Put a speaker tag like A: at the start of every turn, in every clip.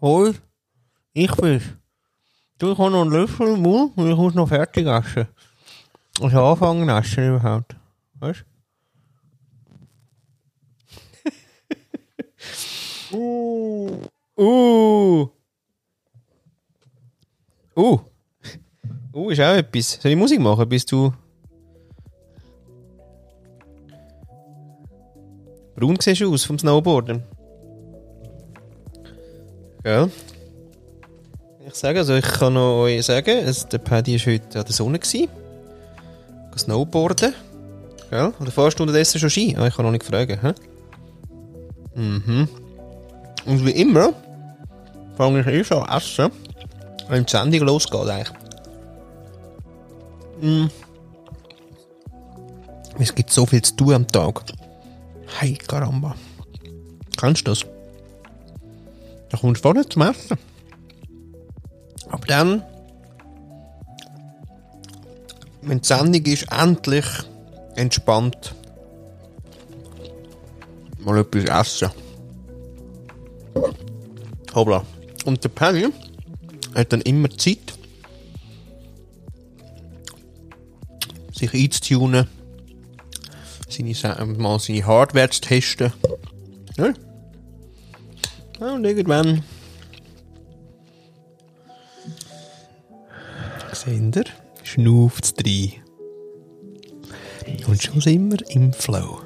A: hol, ich bin's. Du, ich habe noch einen Löffel im Mund und ich muss noch fertig essen. Ich habe angefangen zu essen überhaupt. Weißt
B: Uh.
A: du? Uh! Uh! Uh, ist auch etwas. Soll ich Musik machen, bis du. Braun siehst du aus vom Snowboarden. Gell? Ich sage, also ich kann noch euch sagen, es, der Paddy war heute an der Sonne. Gewesen. Geht Snowboarden. Gell? Oder fährst du unterdessen schon Ski? Ah, ich kann noch nicht fragen. Hä? Mhm. Und wie immer fange ich eh schon an essen, wenn die Sendung losgeht eigentlich. Mm. Es gibt so viel zu tun am Tag. Hey, caramba. Kennst du das? Da kommst du vorne zum Essen. Aber dann, wenn die Sendung ist, endlich entspannt mal etwas essen. Hoppla. Und der Penny hat dann immer Zeit, sich einzutunen, seine, Sa- mal seine Hardware zu testen. Ja. Ja, Und irgendwann seht ihr, schnauft rein. Und schon sind wir im Flow.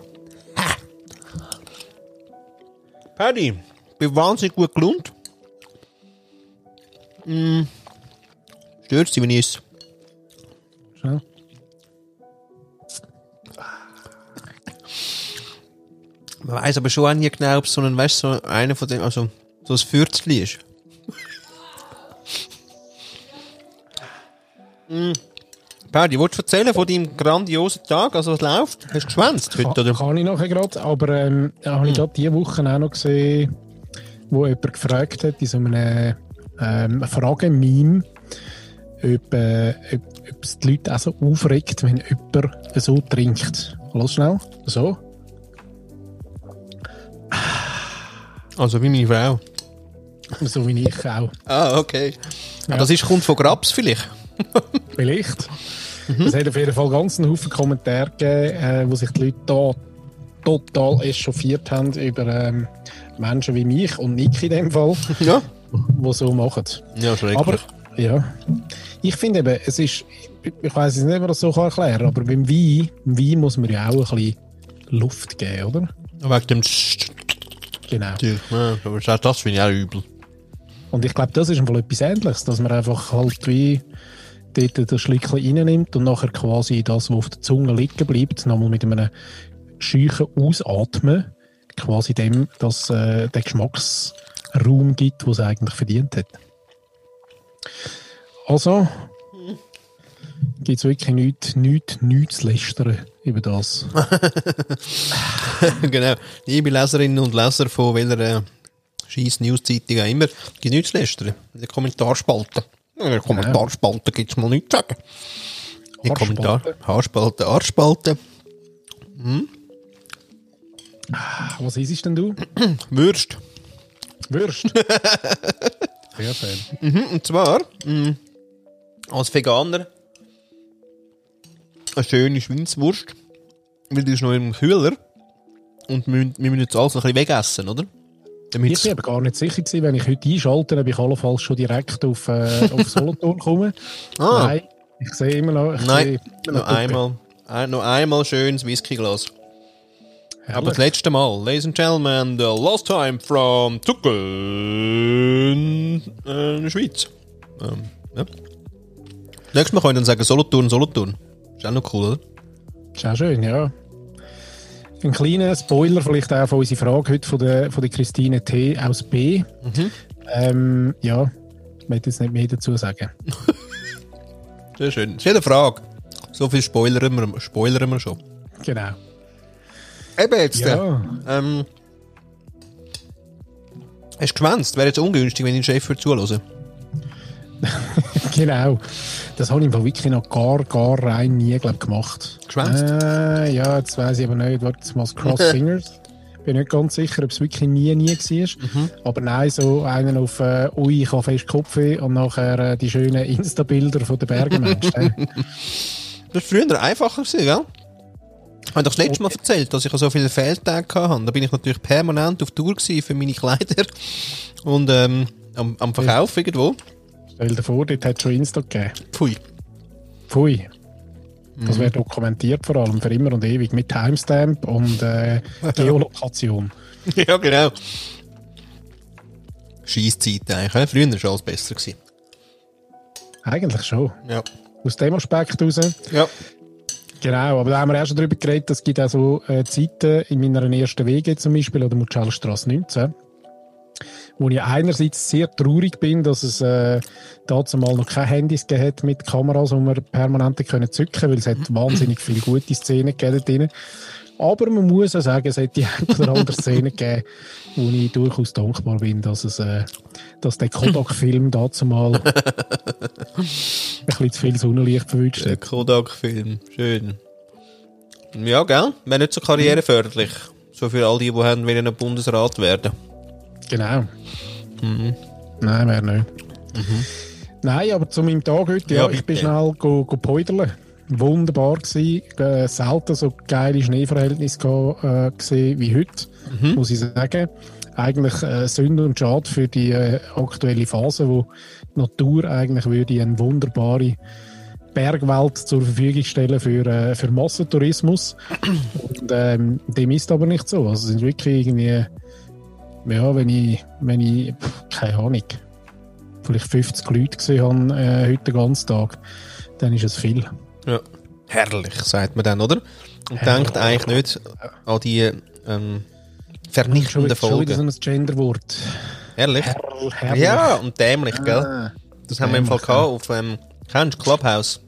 A: Paddy, bin wahnsinnig gut gelohnt. Mm, stört sie, wenn ich es.
B: Schnell.
A: Man weiß aber schon auch nie genau, ob es so ein, weißt, so einer von den, also so ein Fürzli ist. mm. Paddy, willst du erzählen von deinem grandiosen Tag? Also, was läuft? Hast du geschwänzt heute,
B: Ka-
A: oder?
B: Kann ich nachher gerade, aber ähm, ja, habe ich gerade diese Woche auch noch gesehen, wo jemand gefragt hat, in so einem ähm, Fragememe, ob, äh, ob, ob es die Leute auch so aufregt, wenn jemand so trinkt. Los schnell, so.
A: Also, wie meine Frau.
B: So wie ich auch.
A: Ah, okay.
B: Ja.
A: Ah, das ist, kommt von Grabs vielleicht.
B: Vielleicht. Es hat auf jeden Fall ganz einen Haufen Kommentare gegeben, äh, wo sich die Leute da total echauffiert haben über ähm, Menschen wie mich und Nick in dem Fall,
A: Ja.
B: die so machen.
A: Ja, schrecklich.
B: Aber ja, ich finde eben, es ist, ich- ich weiß nicht, ob man das so kann erklären kann, aber beim Wein, beim Wein muss man ja auch ein bisschen Luft geben, oder?
A: Wegen dem Tsch-
B: Genau.
A: Tsch- Ja, aber auch das finde ich auch übel.
B: Und ich glaube, das ist im Fall etwas Ähnliches, dass man einfach halt wie dort das Schlückchen reinnimmt und nachher quasi das, was auf der Zunge liegen bleibt, nochmal mit einem scheuchen Ausatmen, quasi dem, dass äh, der Geschmacksraum gibt, was es eigentlich verdient hat. Also gibt es wirklich nichts, nichts, nichts zu lästern über das.
A: genau. Liebe Leserinnen und Leser von welcher äh, scheiß News-Zeitung auch immer, gibt nichts zu lästern. In der Kommentarspalte. In der Kommentarspalte gibt es mal nichts zu sagen. Die
B: Arschspalte.
A: Kommentar Haarspalte, Arschspalte.
B: Was isst denn du?
A: Würst.
B: Würst. Sehr schön.
A: Mhm, und zwar, mm, als Veganer, eine schöne Schweinswurst, weil die ist noch im Kühler. Und wir, müssen- wir müssen jetzt alles noch ein bisschen wegessen, oder?
B: Ich
A: Damit's-
B: bin aber gar nicht sicher gewesen, wenn ich heute einschalte, ob ich allenfalls schon direkt auf, äh, auf Solothurn komme.
A: Ah.
B: Nein, ich sehe immer noch. Ich
A: Nein,
B: sehe immer
A: noch
B: Puppe.
A: einmal. Ein, noch einmal schönes Whiskyglas. Aber das
B: Herrlich.
A: letzte Mal, Ladies and Gentlemen, the last time from Tuckeln, äh, Schweiz. Ähm, ja. Nächstes Mal können wir dann sagen Solothurn, Solothurn. Ist auch noch cool, oder?
B: Ist auch schön, ja. Ein kleiner Spoiler vielleicht auch von unserer Frage heute von der, von der Christine T. aus B.
A: Mhm.
B: Ähm, ja, ich möchte jetzt nicht mehr dazu sagen.
A: Sehr schön. Ist jede Frage. So viel spoilern wir, spoilern wir schon.
B: Genau.
A: Eben jetzt.
B: Ja,
A: Ähm, hast du geschwänzt? Wäre jetzt ungünstig, wenn dein Chef würde zuhören.
B: genau. Das habe ich im Fall wirklich noch gar, gar rein nie glaub, gemacht.
A: Geschwänzt?
B: Äh, ja, jetzt weiß ich aber nicht. Warte, jetzt mal cross fingers. bin nicht ganz sicher, ob es wirklich nie, nie war.
A: Mhm.
B: Aber nein, so einen auf äh, «Ui, ich habe fest Kopfweh» und nachher äh, die schönen Insta-Bilder von den Bergenmenschen.
A: Das war früher einfacher, gewesen, gell? Ich habe doch das letzte Mal erzählt, dass ich so viele Fehltage hatte. Da bin ich natürlich permanent auf Tour gewesen für meine Kleider und ähm, am, am Verkauf irgendwo.
B: Stell dir vor, dort hat es schon Insta gegeben.
A: Pfui.
B: Pfui. Das wäre dokumentiert vor allem, für immer und ewig, mit Timestamp und äh, Geolokation.
A: ja, genau. Scheisszeit eigentlich. hä? Früher war alles besser. Gewesen.
B: Eigentlich schon.
A: Ja.
B: Aus dem Aspekt heraus.
A: Ja.
B: Genau, aber da haben wir auch schon drüber geredet, es gibt auch so äh, Zeiten in meiner ersten WG zum Beispiel oder Mutschellstrasse 19, wo ich einerseits sehr traurig bin, dass es äh, dazu mal noch keine Handys gegeben hat mit Kameras, wo wir permanent haben können zücken, weil es hat wahnsinnig viele gute Szenen gegeben dort drin. Aber man muss auch sagen, es hat die ein oder andere Szene gegeben, wo ich durchaus dankbar bin, dass es, äh, dass der Kodak-Film dazu mal ein bisschen zu viel Sonnenlicht verwünscht
A: Der
B: hat.
A: Kodak-Film. Schön. Ja, gell? Wäre nicht so karriereförderlich. So für all die, die haben wollen ein Bundesrat werden.
B: Genau. Mhm. Nein, wäre nicht. Nein, aber zu meinem Tag heute,
A: Ja,
B: ja, ich bin
A: bitte.
B: schnell go, go päudeln. Wunderbar gewesen. Äh, selten so geile Schneeverhältnisse go, äh, gesehen wie heute, muss ich sagen. Eigentlich äh, Sünde und Schade für die äh, aktuelle Phase, wo die Natur eigentlich würde eine wunderbare Bergwelt zur Verfügung stellen für, äh, für Massentourismus. Und ähm, dem ist aber nicht so. Also es sind wirklich irgendwie, ja, wenn ich, wenn ich pff, keine Ahnung, vielleicht 50 Leute gesehen habe äh, heute den ganzen Tag, dann ist es viel.
A: Ja. Herrlich, sagt man dann, oder? Und
B: Herrlich.
A: denkt eigentlich nicht an die ähm, vernichtenden
B: schon wieder so
A: Folgen.
B: ein Genderwort.
A: Herrlich.
B: Herrl, herrlich.
A: Ja, und dämlich, gell?
B: Ah,
A: Das haben wir im Fall
B: dämlich,
A: gehabt auf, ähm, kennst du, Clubhouse.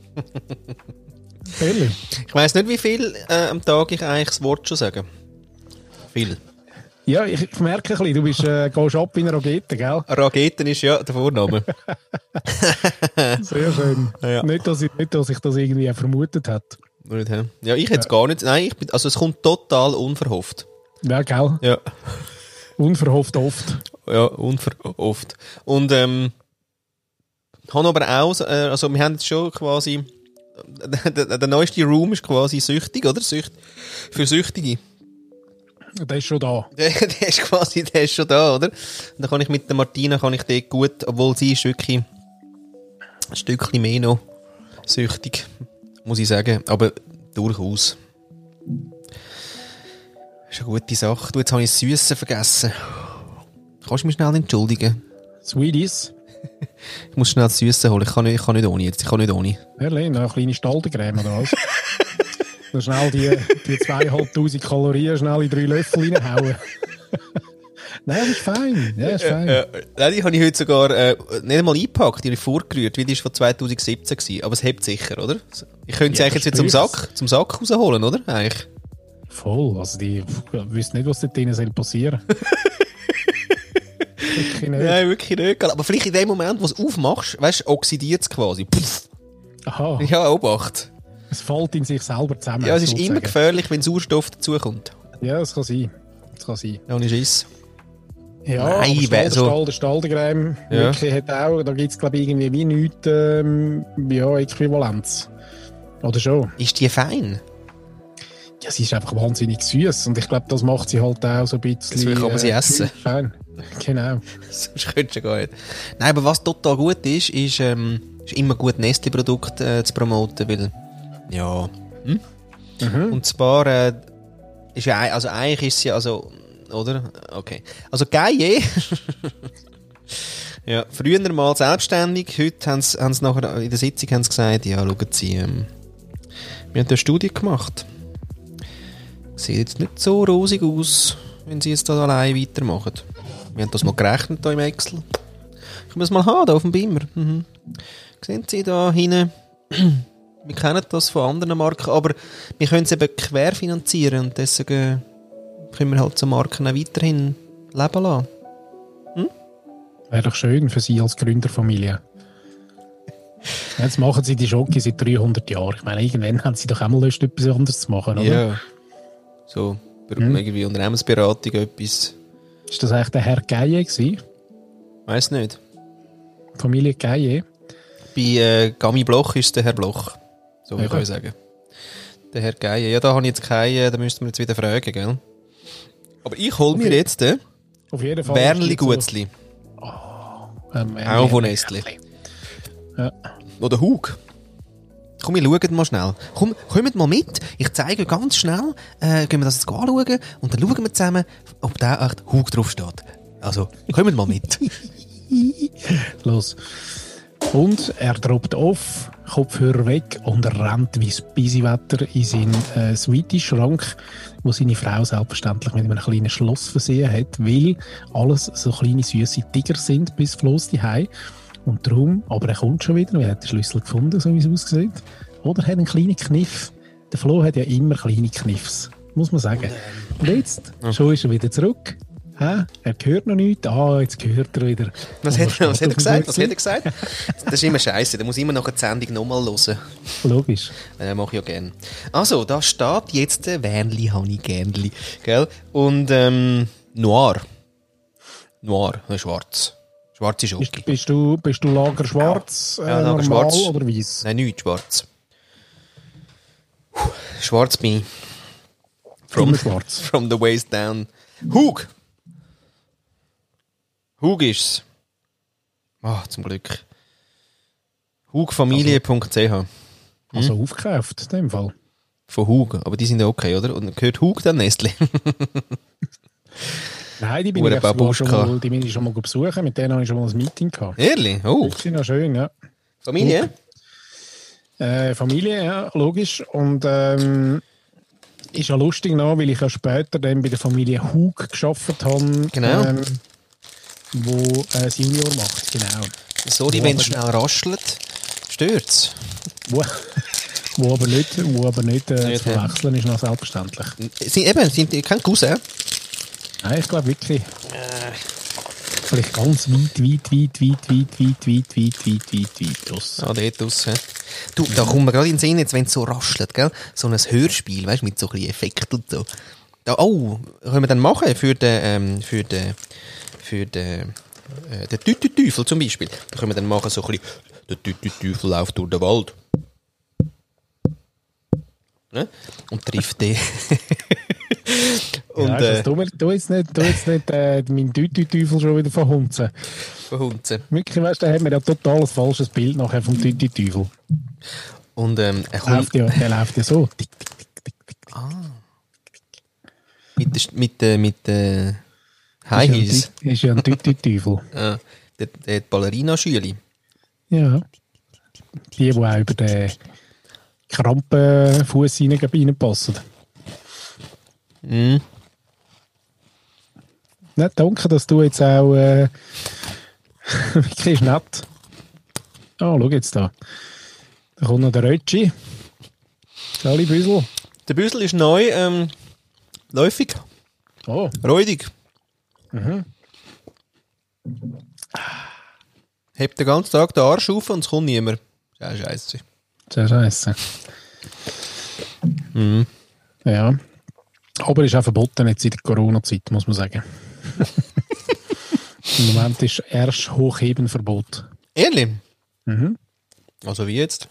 B: Ehrlich?
A: Ich weiss nicht, wie viel äh, am Tag ich eigentlich das Wort schon sage. Viel.
B: Ja, ich, ich merke ein bisschen, du bist, äh, gehst ab in eine Rakete, gell?
A: Raketen ist ja der Vorname.
B: Sehr schön.
A: Ja.
B: Nicht, dass ich, nicht, dass ich das irgendwie auch vermutet hätte.
A: Nicht, hä? ja, ich hätte es gar nicht. Nein, ich bin, also es kommt total unverhofft.
B: Ja, gell?
A: Ja.
B: Unverhofft oft.
A: Ja, unverhofft. Und ähm, haben aber auch, so, äh, also wir haben jetzt schon quasi, der, der, der neueste Room ist quasi süchtig, oder? Sücht, für Süchtige.
B: Der ist schon da.
A: Der, der ist quasi, der ist schon da, oder? Und dann kann ich mit der Martina, kann ich dort gut, obwohl sie ist wirklich ein Stückchen mehr noch süchtig, muss ich sagen, aber durchaus. Ist eine gute Sache. Du, jetzt habe ich das Süße vergessen. Kannst du mich schnell entschuldigen?
B: Sweeties.
A: Ich muss schnell das Süße holen. Ich kann, nicht, ich kann nicht ohne jetzt. Ich kann nicht ohne.
B: Ehrlich, noch eine kleine Staldengräme oder was? Dann schnell die, die 2500 Kalorien schnell in drei Löffel reinhauen. Nein, das ist fein. Ja, das ist fein.
A: Äh, nein, die habe ich heute sogar äh, nicht einmal eingepackt. Die habe ich vorgerührt, weil die ist von 2017 gewesen. Aber es hebt sicher, oder? Ich könnte sie
B: Ja,
A: eigentlich jetzt wieder zum
B: spür's.
A: Sack, zum Sack rausholen, oder? Eigentlich.
B: Voll. Also, die pff, wissen nicht, was dort drinnen soll passieren Wirklich nicht.
A: Nein, wirklich nicht. gell. Aber vielleicht in dem Moment, wo du es aufmachst, weißt du, oxidiert es quasi. Puff.
B: Aha,
A: Ja, Obacht.
B: es fällt in sich selber zusammen.
A: Ja, es ist
B: sozusagen.
A: immer gefährlich, wenn Sauerstoff dazukommt.
B: Ja, das kann sein. Das kann sein.
A: Da habe ich Schiss.
B: Ja,
A: Nein,
B: aber
A: wer-
B: Stahl,
A: so-
B: Stahl, der Staldegräm
A: Ja.
B: wirklich hat auch, da gibt es glaube ich irgendwie wie nichts ähm, ja, Äquivalenz. Oder schon?
A: Ist die fein?
B: Ja, sie ist einfach wahnsinnig süß und ich glaube, das macht sie halt auch so ein bisschen.
A: Deswegen kann man sie
B: äh,
A: essen.
B: Fein. Genau.
A: Sonst könntest du gar nicht. Nein, aber was total gut ist, ist, ähm, ist immer gut Nestle-Produkte äh, zu promoten, weil, ja. Hm? Und zwar, äh, ist ja, ein- also eigentlich ist sie, also, oder? Okay. Also Geie. ja, früher mal selbstständig, heute haben sie, haben sie nachher in der Sitzung haben sie gesagt, ja, schauen Sie, ähm, wir haben eine Studie gemacht. Sieht jetzt nicht so rosig aus, wenn Sie jetzt das allein weitermachen. Wir haben das mal gerechnet hier im Excel. Ich muss mal haben, da auf dem Beamer. Mhm. Sehen Sie da hinten? Wir kennen das von anderen Marken, aber wir können es eben quer finanzieren und deswegen können wir halt so Marken auch weiterhin leben lassen.
B: Wäre doch schön für Sie als Gründerfamilie. Jetzt machen Sie die Schocke seit 300 Jahren. Ich meine, irgendwann haben Sie doch auch mal Lust, etwas anderes zu machen, oder?
A: So, Hm. Irgendwie Unternehmensberatung, etwas.
B: Ist das eigentlich der Herr Geyer gewesen?
A: Weiß nicht.
B: Familie Geyer?
A: Bei äh, Gami Bloch ist der Herr Bloch. So
B: Ja,
A: kann ich sagen. Der Herr Geier. Ja, da habe ich jetzt keinen, da müssten wir jetzt wieder fragen, gell? Aber ich hole mir
B: Okay.
A: jetzt den
B: Auf jeden Fall.
A: Wernli
B: ist das so-
A: Gutzli.
B: Ähm, Wernli-
A: Auch von Nestle.
B: Ja.
A: Oder Hug. Komm, wir schauen mal schnell. Komm, kommt mal mit. Ich zeige euch ganz schnell, äh, gehen wir das jetzt anschauen und dann schauen wir zusammen, ob da echt Hug drauf steht. Also, kommt mal mit.
B: Los. Und er droppt auf, Kopfhörer weg und er rennt wie das Bisiwetter in seinen äh, Sweetie-Schrank, wo seine Frau selbstverständlich mit einem kleinen Schloss versehen hat, weil alles so kleine süße Tiger sind bis Floss die Und darum, aber er kommt schon wieder, weil er hat den Schlüssel gefunden, so wie es aussieht. Oder er hat einen kleinen Kniff. Der Flo hat ja immer kleine Kniffs, muss man sagen. Und jetzt, schon ist er wieder zurück. Hä? Er hört noch nichts. Ah, jetzt hört er wieder.
A: Was
B: Und
A: hat,
B: steht
A: was hat
B: auf
A: er
B: dem
A: gesagt? Was hat
B: Gürtel?
A: er gesagt? Das ist immer scheiße. Da muss ich immer nachher die Sendung nochmal hören.
B: Logisch.
A: Äh, mach ich ja gerne. Also, da steht jetzt äh, Wernli, Hani, Gernli. Gell? Und ähm, Noir. Noir, äh, schwarz. Schwarze Schoki.
B: Bist, bist, du, bist du Lager schwarz,
A: Ja,
B: äh,
A: Lager
B: normal
A: schwarz.
B: oder weiß?
A: Nein, nicht schwarz. Puh, Schwarz bin ich. From,
B: Immer schwarz.
A: from the waist down. Hug! Hug ist's. Ah, zum Glück. Hugfamilie.ch Mhm.
B: Also aufgekauft in dem Fall.
A: Von Hug, aber die sind ja okay, oder? Und gehört Hug dann Nestle?
B: Nein, die bin
A: Hure
B: ich echt sogar schon
A: Babuschka.
B: mal, die bin ich schon mal besuchen. Mit denen habe ich schon mal ein Meeting gehabt.
A: Ehrlich? Oh,
B: Das ist noch schön, ja.
A: Familie?
B: Äh, Familie, ja, logisch. Und ähm, ist ja lustig noch, weil ich ja später dann bei der Familie Hug geschafft habe.
A: Genau.
B: Ähm, wo äh, Senior macht, genau.
A: Sorry, wenn es schnell raschelt. Stört's.
B: Wo, wo aber nicht, wo aber nicht, äh,
A: Nicht,
B: zu verwechseln ist, noch selbstverständlich.
A: Sie, eben, sind die- kein Cousin.
B: Nein, ich glaube Ah, wirklich. Vielleicht ganz weit, weit, weit, weit, weit, weit, weit, weit, weit, weit, weit aus.
A: Ah, dort raus. hä? Du, da kommt mir gerade in den Sinn, jetzt, wenn es so raschelt, gell? So ein Hörspiel, weißt du, mit so ein bisschen Effekt und so. Da, oh, können wir dann machen für den, ähm, für den, für den, äh, den Tütüteufel zum Beispiel. Da können wir dann machen so ein bisschen, der Tütüteufel läuft durch den Wald. Ne? Und trifft den. und,
B: Und,
A: äh,
B: du, du jetzt nicht, du jetzt nicht äh, meinen Tütü-Teufel schon wieder verhunzen.
A: verhunzen.
B: Wirklich, weißt du, da hat man ja total ein falsches Bild nachher vom Tütü-Teufel.
A: Und, ähm, er
B: Der
A: kommt,
B: läuft ja, der läuft ja so. Tick, tick, tick, tick, tick, tick.
A: Mit, der St- mit, äh, mit äh, High Heels.
B: Ist ja ein Tü- Ist ja ein Tütü-Teufel.
A: Äh, der, der Ballerina-Schüli.
B: ja. Die, die auch über den Krampenfuß hinein- reinpassen.
A: Mhm.
B: Nein, Ne, danke, dass du jetzt auch äh, wirklich nett. Ah, schau jetzt da. Da kommt noch der Rötschi. Sali Büsel.
A: Der Büsel ist neu, ähm, läufig,
B: Oh,
A: räudig.
B: Mhm.
A: Hebt den ganzen Tag den Arsch auf und es kommt niemand. Ja, scheiße.
B: sehr scheiße.
A: Mhm.
B: Ja. Aber ist auch verboten jetzt in der Corona-Zeit, muss man sagen. Im Moment ist erst Hochhebenverbot.
A: Ehrlich?
B: Mhm.
A: Also wie jetzt?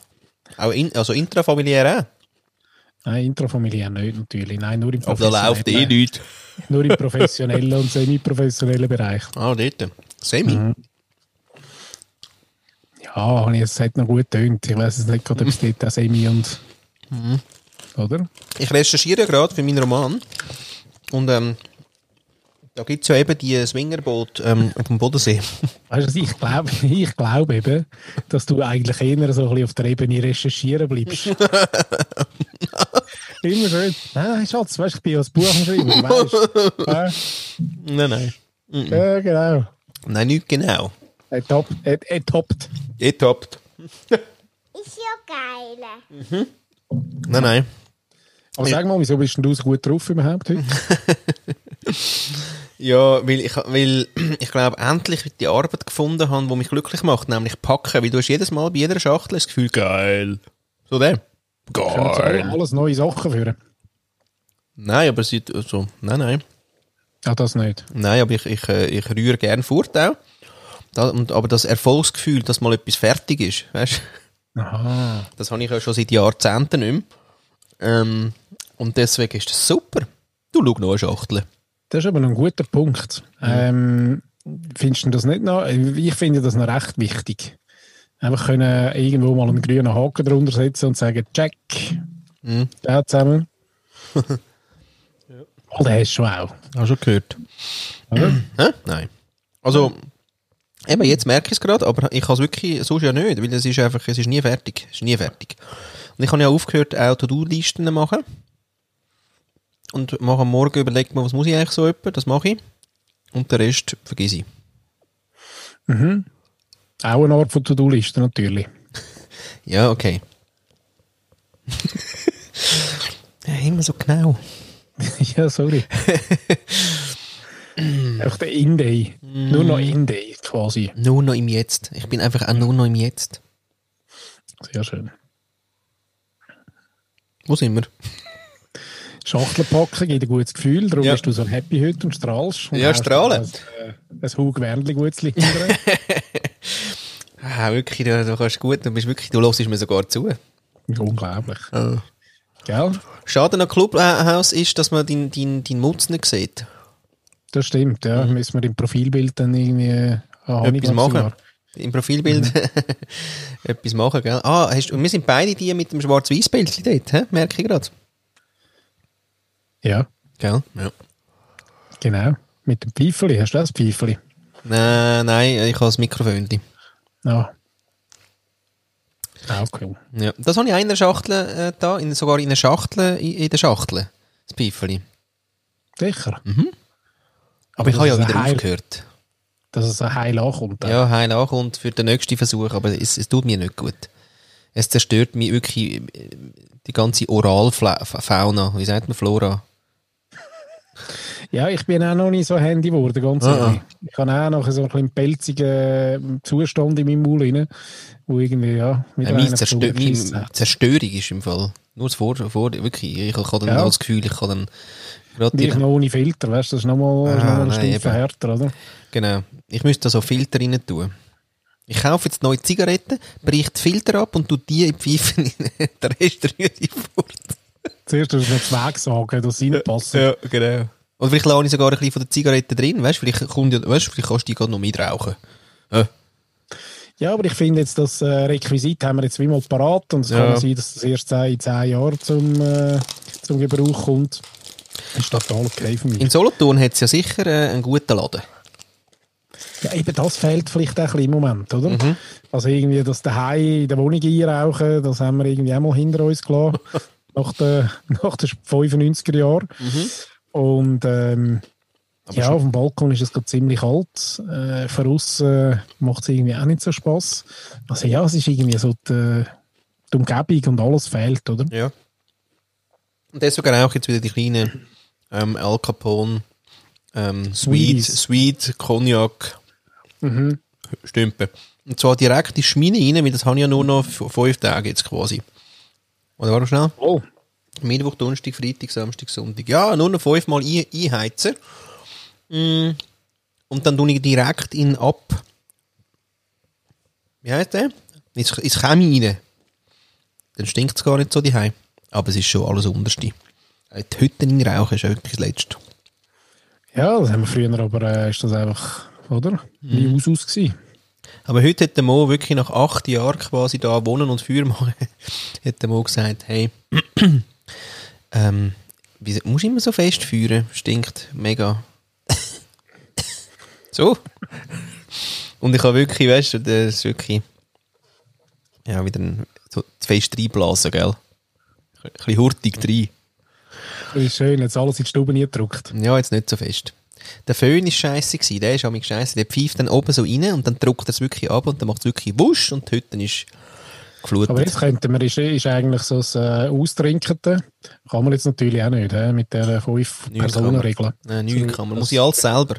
A: Auch in, also intrafamiliär
B: Nein, intrafamiliär nicht natürlich. Nein, nur im
A: auch. Aber da läuft eh
B: professionellen-
A: nichts.
B: Nur im professionellen und semi-professionellen Bereich.
A: Ah, dort. Semi.
B: Mhm. Ja, Ah, oh, habe ich jetzt hat noch gut tönt. Ich weiß es nicht gerade, ob es dort auch Semi und. Oder?
A: Ich recherchiere ja gerade für meinen Roman. Und ähm, da gibt es ja eben die Swingerboot ähm, auf dem Bodensee.
B: Weißt du, was, ich glaube ich glaub eben, dass du eigentlich eher so ein bisschen auf der Ebene recherchieren bleibst. Immer schön. Nein, nein, Schatz, weißt, du, ich bin ja als Buch am Schreiben, du weißt.
A: nein, nein.
B: Ja, ja, genau.
A: Nein, nicht genau.
B: Er toppt. Er, er toppt.
A: Getoppt.
C: Ist ja geil.
A: Nein, nein.
B: Aber sag mal, wieso bist denn du so gut drauf überhaupt heute?
A: Ja, weil ich, weil ich glaube, endlich die Arbeit gefunden habe, die mich glücklich macht, nämlich packen. Weil du hast jedes Mal bei jeder Schachtel das Gefühl, geil. So der. Oh,
B: Können wir jetzt alle-
A: Geil.
B: alles neue Sachen führen?
A: Nein, aber sie, also, nein, nein.
B: Ja, Ah, das nicht.
A: Nein, aber ich, ich, äh, ich rühre gerne fort auch. Da, und, aber das Erfolgsgefühl, dass mal etwas fertig ist, weißt
B: Aha.
A: das habe ich ja schon seit Jahrzehnten nicht mehr. Ähm, und deswegen ist das super. Du schau noch eine Schachtel.
B: Das ist aber noch ein guter Punkt. Ähm, findest du das nicht noch? Ich finde das noch recht wichtig. Einfach können irgendwo mal einen grünen Haken drunter setzen und sagen, check.
A: Mhm.
B: Ja, zusammen. Oh, der ist schon auch.
A: Hast du schon gehört?
B: Oder?
A: Hä? Nein. Also, eben, jetzt merke ich es gerade, aber ich kann es wirklich sonst ja nicht, weil es ist einfach, es ist nie fertig. Es ist nie fertig. Und ich habe ja aufgehört, auch To-Do-Listen zu machen. Und mache am Morgen überlegt mir, was muss ich eigentlich so etwa, das mache ich. Und den Rest vergesse ich.
B: Auch eine Art von To-Do-Liste natürlich.
A: Ja, okay. ja, immer so genau.
B: ja, sorry. Einfach der In-Day. Nur noch In-Day quasi.
A: Nur noch im Jetzt. Ich bin einfach auch nur noch im Jetzt.
B: Sehr schön.
A: Wo sind wir?
B: Schachteln packen gibt ein gutes Gefühl, darum
A: Ja.
B: bist du so happy heute und strahlst. Und
A: Ja,
B: hast
A: strahlen.
B: Ein, äh, ein Haugwärmli-Gutzli hinterher.
A: Ah, wirklich, du, du kannst gut, du bist wirklich, du hörst mir sogar zu.
B: Unglaublich. Gell?
A: Schade an Clubhouse ist, dass man deinen dein, dein Mutz nicht sieht.
B: Das stimmt, ja. Müssen wir im Profilbild dann irgendwie äh, habe ich
A: Mhm. Etwas
B: ganz
A: machen.
B: klar.
A: Im Profilbild etwas machen, gell? Ah, hast, und wir sind beide die mit dem Schwarz-Weiß-Bild dort, hä? merke ich gerade.
B: Ja,
A: Gell? Ja.
B: genau. Mit dem Pfeifeli, hast du das Pfeifeli?
A: Nein, nein, ich habe das Mikrofon.
B: Ja. Auch cool.
A: Ja. Das habe ich auch in der Schachtel äh, da, in, sogar in der Schachtel, in, in der Schachtel. Das Pfeifeli.
B: Sicher.
A: Mhm. Aber ich
B: das
A: habe ja
B: ist ein
A: wieder
B: Heil-
A: aufgehört.
B: Dass es ein Heil ankommt. dann.
A: Ja, heil ankommt für den nächsten Versuch, aber es, es tut mir nicht gut. Es zerstört mir wirklich äh, die ganze Oralfauna, wie sagt man, Flora.
B: Ja, ich bin auch noch nicht so handy geworden, ganz
A: Ah,
B: ehrlich. Ich habe auch noch so einen kleinen pelzigen Zustand in meinem Maul rein, wo irgendwie, ja, wieder
A: Ja, meine,
B: einer
A: Zerstö
B: zugebissen
A: meine
B: hat.
A: Zerstörung ist im Fall. Nur das Vor, vor wirklich. Ich kann dann
B: Ja.
A: auch das Gefühl, ich kann dann gerade
B: Und ich
A: die-
B: noch ohne Filter, weißt du, das ist nochmal
A: Ah,
B: ah, noch mal eine
A: nein,
B: Stufe
A: eben.
B: härter, oder?
A: Genau. Ich müsste da so Filter rein tun. Ich kaufe jetzt neue Zigaretten, breche die Filter ab und tue die in die Pfeife rein. Den Rest rühre ich fort.
B: Zuerst musst du noch den Weg sagen, dass es reinpasst.
A: genau. Oder vielleicht lasse ich sogar ein bisschen von der Zigarette drin. Weißt du, vielleicht, kommt ja, weißt, vielleicht kannst du die gerade noch mitrauchen. Äh.
B: Ja, aber ich finde jetzt, das äh, Requisit haben wir jetzt wie mal parat und es
A: Ja.
B: kann sein, dass das erst in zehn Jahren zum, äh, zum Gebrauch kommt. Ist total okay für mich.
A: In Solothurn hat es ja sicher äh, einen guten Laden.
B: Ja, eben das fehlt vielleicht auch ein bisschen im Moment, oder? Also irgendwie das daheim in der Wohnung einrauchen, das haben wir irgendwie einmal hinter uns gelassen, nach den nach den 95er Jahren. Und ähm, ja, auf dem Balkon ist es gerade ziemlich kalt. Äh, von außen macht es irgendwie auch nicht so Spass. Also ja, es ist irgendwie so die, die Umgebung und alles fehlt, oder?
A: Ja. Und deswegen auch jetzt wieder die kleinen ähm, Al Capone, ähm, Sweet,
B: Sweeties.
A: Sweet, Cognac, Stümpe. Und zwar direkt in die Schmine rein, weil das habe ich ja nur noch f- fünf Tage jetzt quasi. Oder warte schnell.
B: Oh.
A: Mittwoch, Donnerstag, Freitag, Samstag, Sonntag. Ja, nur noch fünfmal ein einheizen. Mm. Und dann tue ich direkt in ab. Wie heißt der? Ins, ins Chemie rein. Dann stinkt es gar nicht so die Aber es ist schon alles Unterste. Äh, Die Hütte in Rauchen ist ja wirklich das Letzte.
B: Ja, das haben wir früher, aber äh, ist das einfach, oder? Wie aus aus gewesen.
A: Aber heute hat der Mo wirklich nach acht Jahren quasi da wohnen und Feuer machen, hat der Mo gesagt, hey, ähm, wieso musst du immer so fest feuern? Stinkt mega. so. Und ich habe wirklich, weißt du, das ist wirklich, ja, wieder ein, so zu fest reinblasen, gell? Ein bisschen hurtig rein.
B: Das ist schön, jetzt alles in die Stube gedrückt.
A: Ja, jetzt nicht so fest. Der Föhn ist scheiße gewesen, der ist auch scheiße. Der pfeift dann oben so rein und dann drückt er es wirklich ab und dann macht es wirklich wusch und die Hütte ist geflutet.
B: Aber jetzt könnte man, ist, ist eigentlich so das äh, Austrinken, kann man jetzt natürlich auch nicht, hä, mit der
A: Neun kann man.
B: 5-Personen-Regel.
A: Nein, nichts kann man. Muss ich alles selber.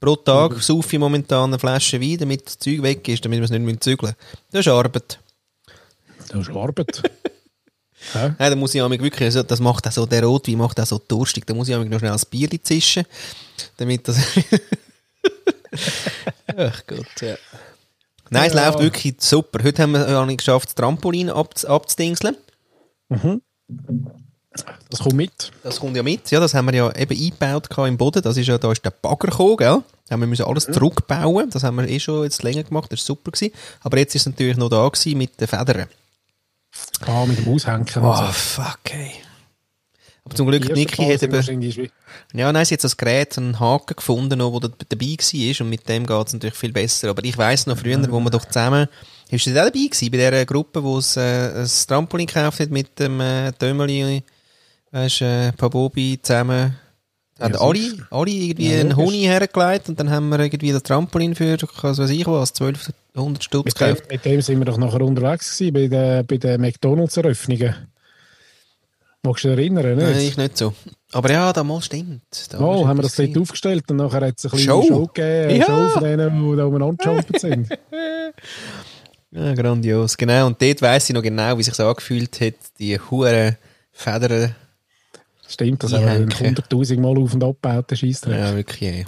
A: Pro Tag saufe ich momentan eine Flasche Wein, damit das Zeug weg ist, damit wir es nicht mehr zügeln müssen. Das ist Arbeit.
B: Das ist Arbeit. Ja.
A: Nein, da muss ich auch wirklich, also das macht auch so, der Rotwein macht auch so durstig, da muss ich auch noch schnell ein Bier zischen, damit das... Ach Gott, ja. Nein, es
B: Ja.
A: läuft wirklich super. Heute haben wir auch nicht geschafft, das Trampolin ab, abzudingseln.
B: Das kommt mit.
A: Das kommt ja mit, ja, das haben wir ja eben eingebaut gehabt im Boden, das ist ja, da ist der Bagger gekommen, gell? Da haben wir müssen alles zurückbauen, das haben wir eh schon jetzt länger gemacht, das war super gewesen. Aber jetzt ist es natürlich noch da gewesen mit den Federn.
B: Ah, mit dem Aushängen.
A: Oh, fuck, ey. Aber zum Glück, Niki hat eben...
B: eben...
A: Ja, nein, sie hat das Gerät einen Haken gefunden, noch, wo da dabei war und mit dem geht es natürlich viel besser. Aber ich weiss noch früher, wo wir doch zusammen... Bist du da dabei gewesen, bei dieser Gruppe, wo es äh, ein Trampolin gekauft hat mit dem äh, Dömeli, weisst du, äh, Pabobi zusammen... Haben
B: Ja,
A: alle, alle irgendwie
B: Ja,
A: einen
B: logisch.
A: Honig hergelegt und dann haben wir irgendwie das Trampolin für, was weiß ich was, 1200 Stutz
B: Mit dem,
A: gekauft.
B: mit dem sind wir doch nachher unterwegs gewesen, bei den, bei den McDonalds-Eröffnungen. Magst du dich erinnern? ne?
A: Nein,
B: Nicht?
A: ich nicht so. Aber ja, damals stimmt. Da
B: oh,
A: ist
B: haben wir
A: etwas
B: das dort
A: gewesen.
B: aufgestellt und nachher hat es eine kleine
A: Show?
B: Show, gegeben, eine
A: Ja.
B: Show von denen, die da umeinander jumpen sind.
A: Ja, grandios, genau. Und dort weiss ich noch genau, wie sich angefühlt hat, die hure Federn.
B: Stimmt, das
A: Die
B: haben wir dann
A: Henke.
B: 100'000 Mal auf- und abgebaut, der Scheissdreck.
A: Ja, wirklich. Ey.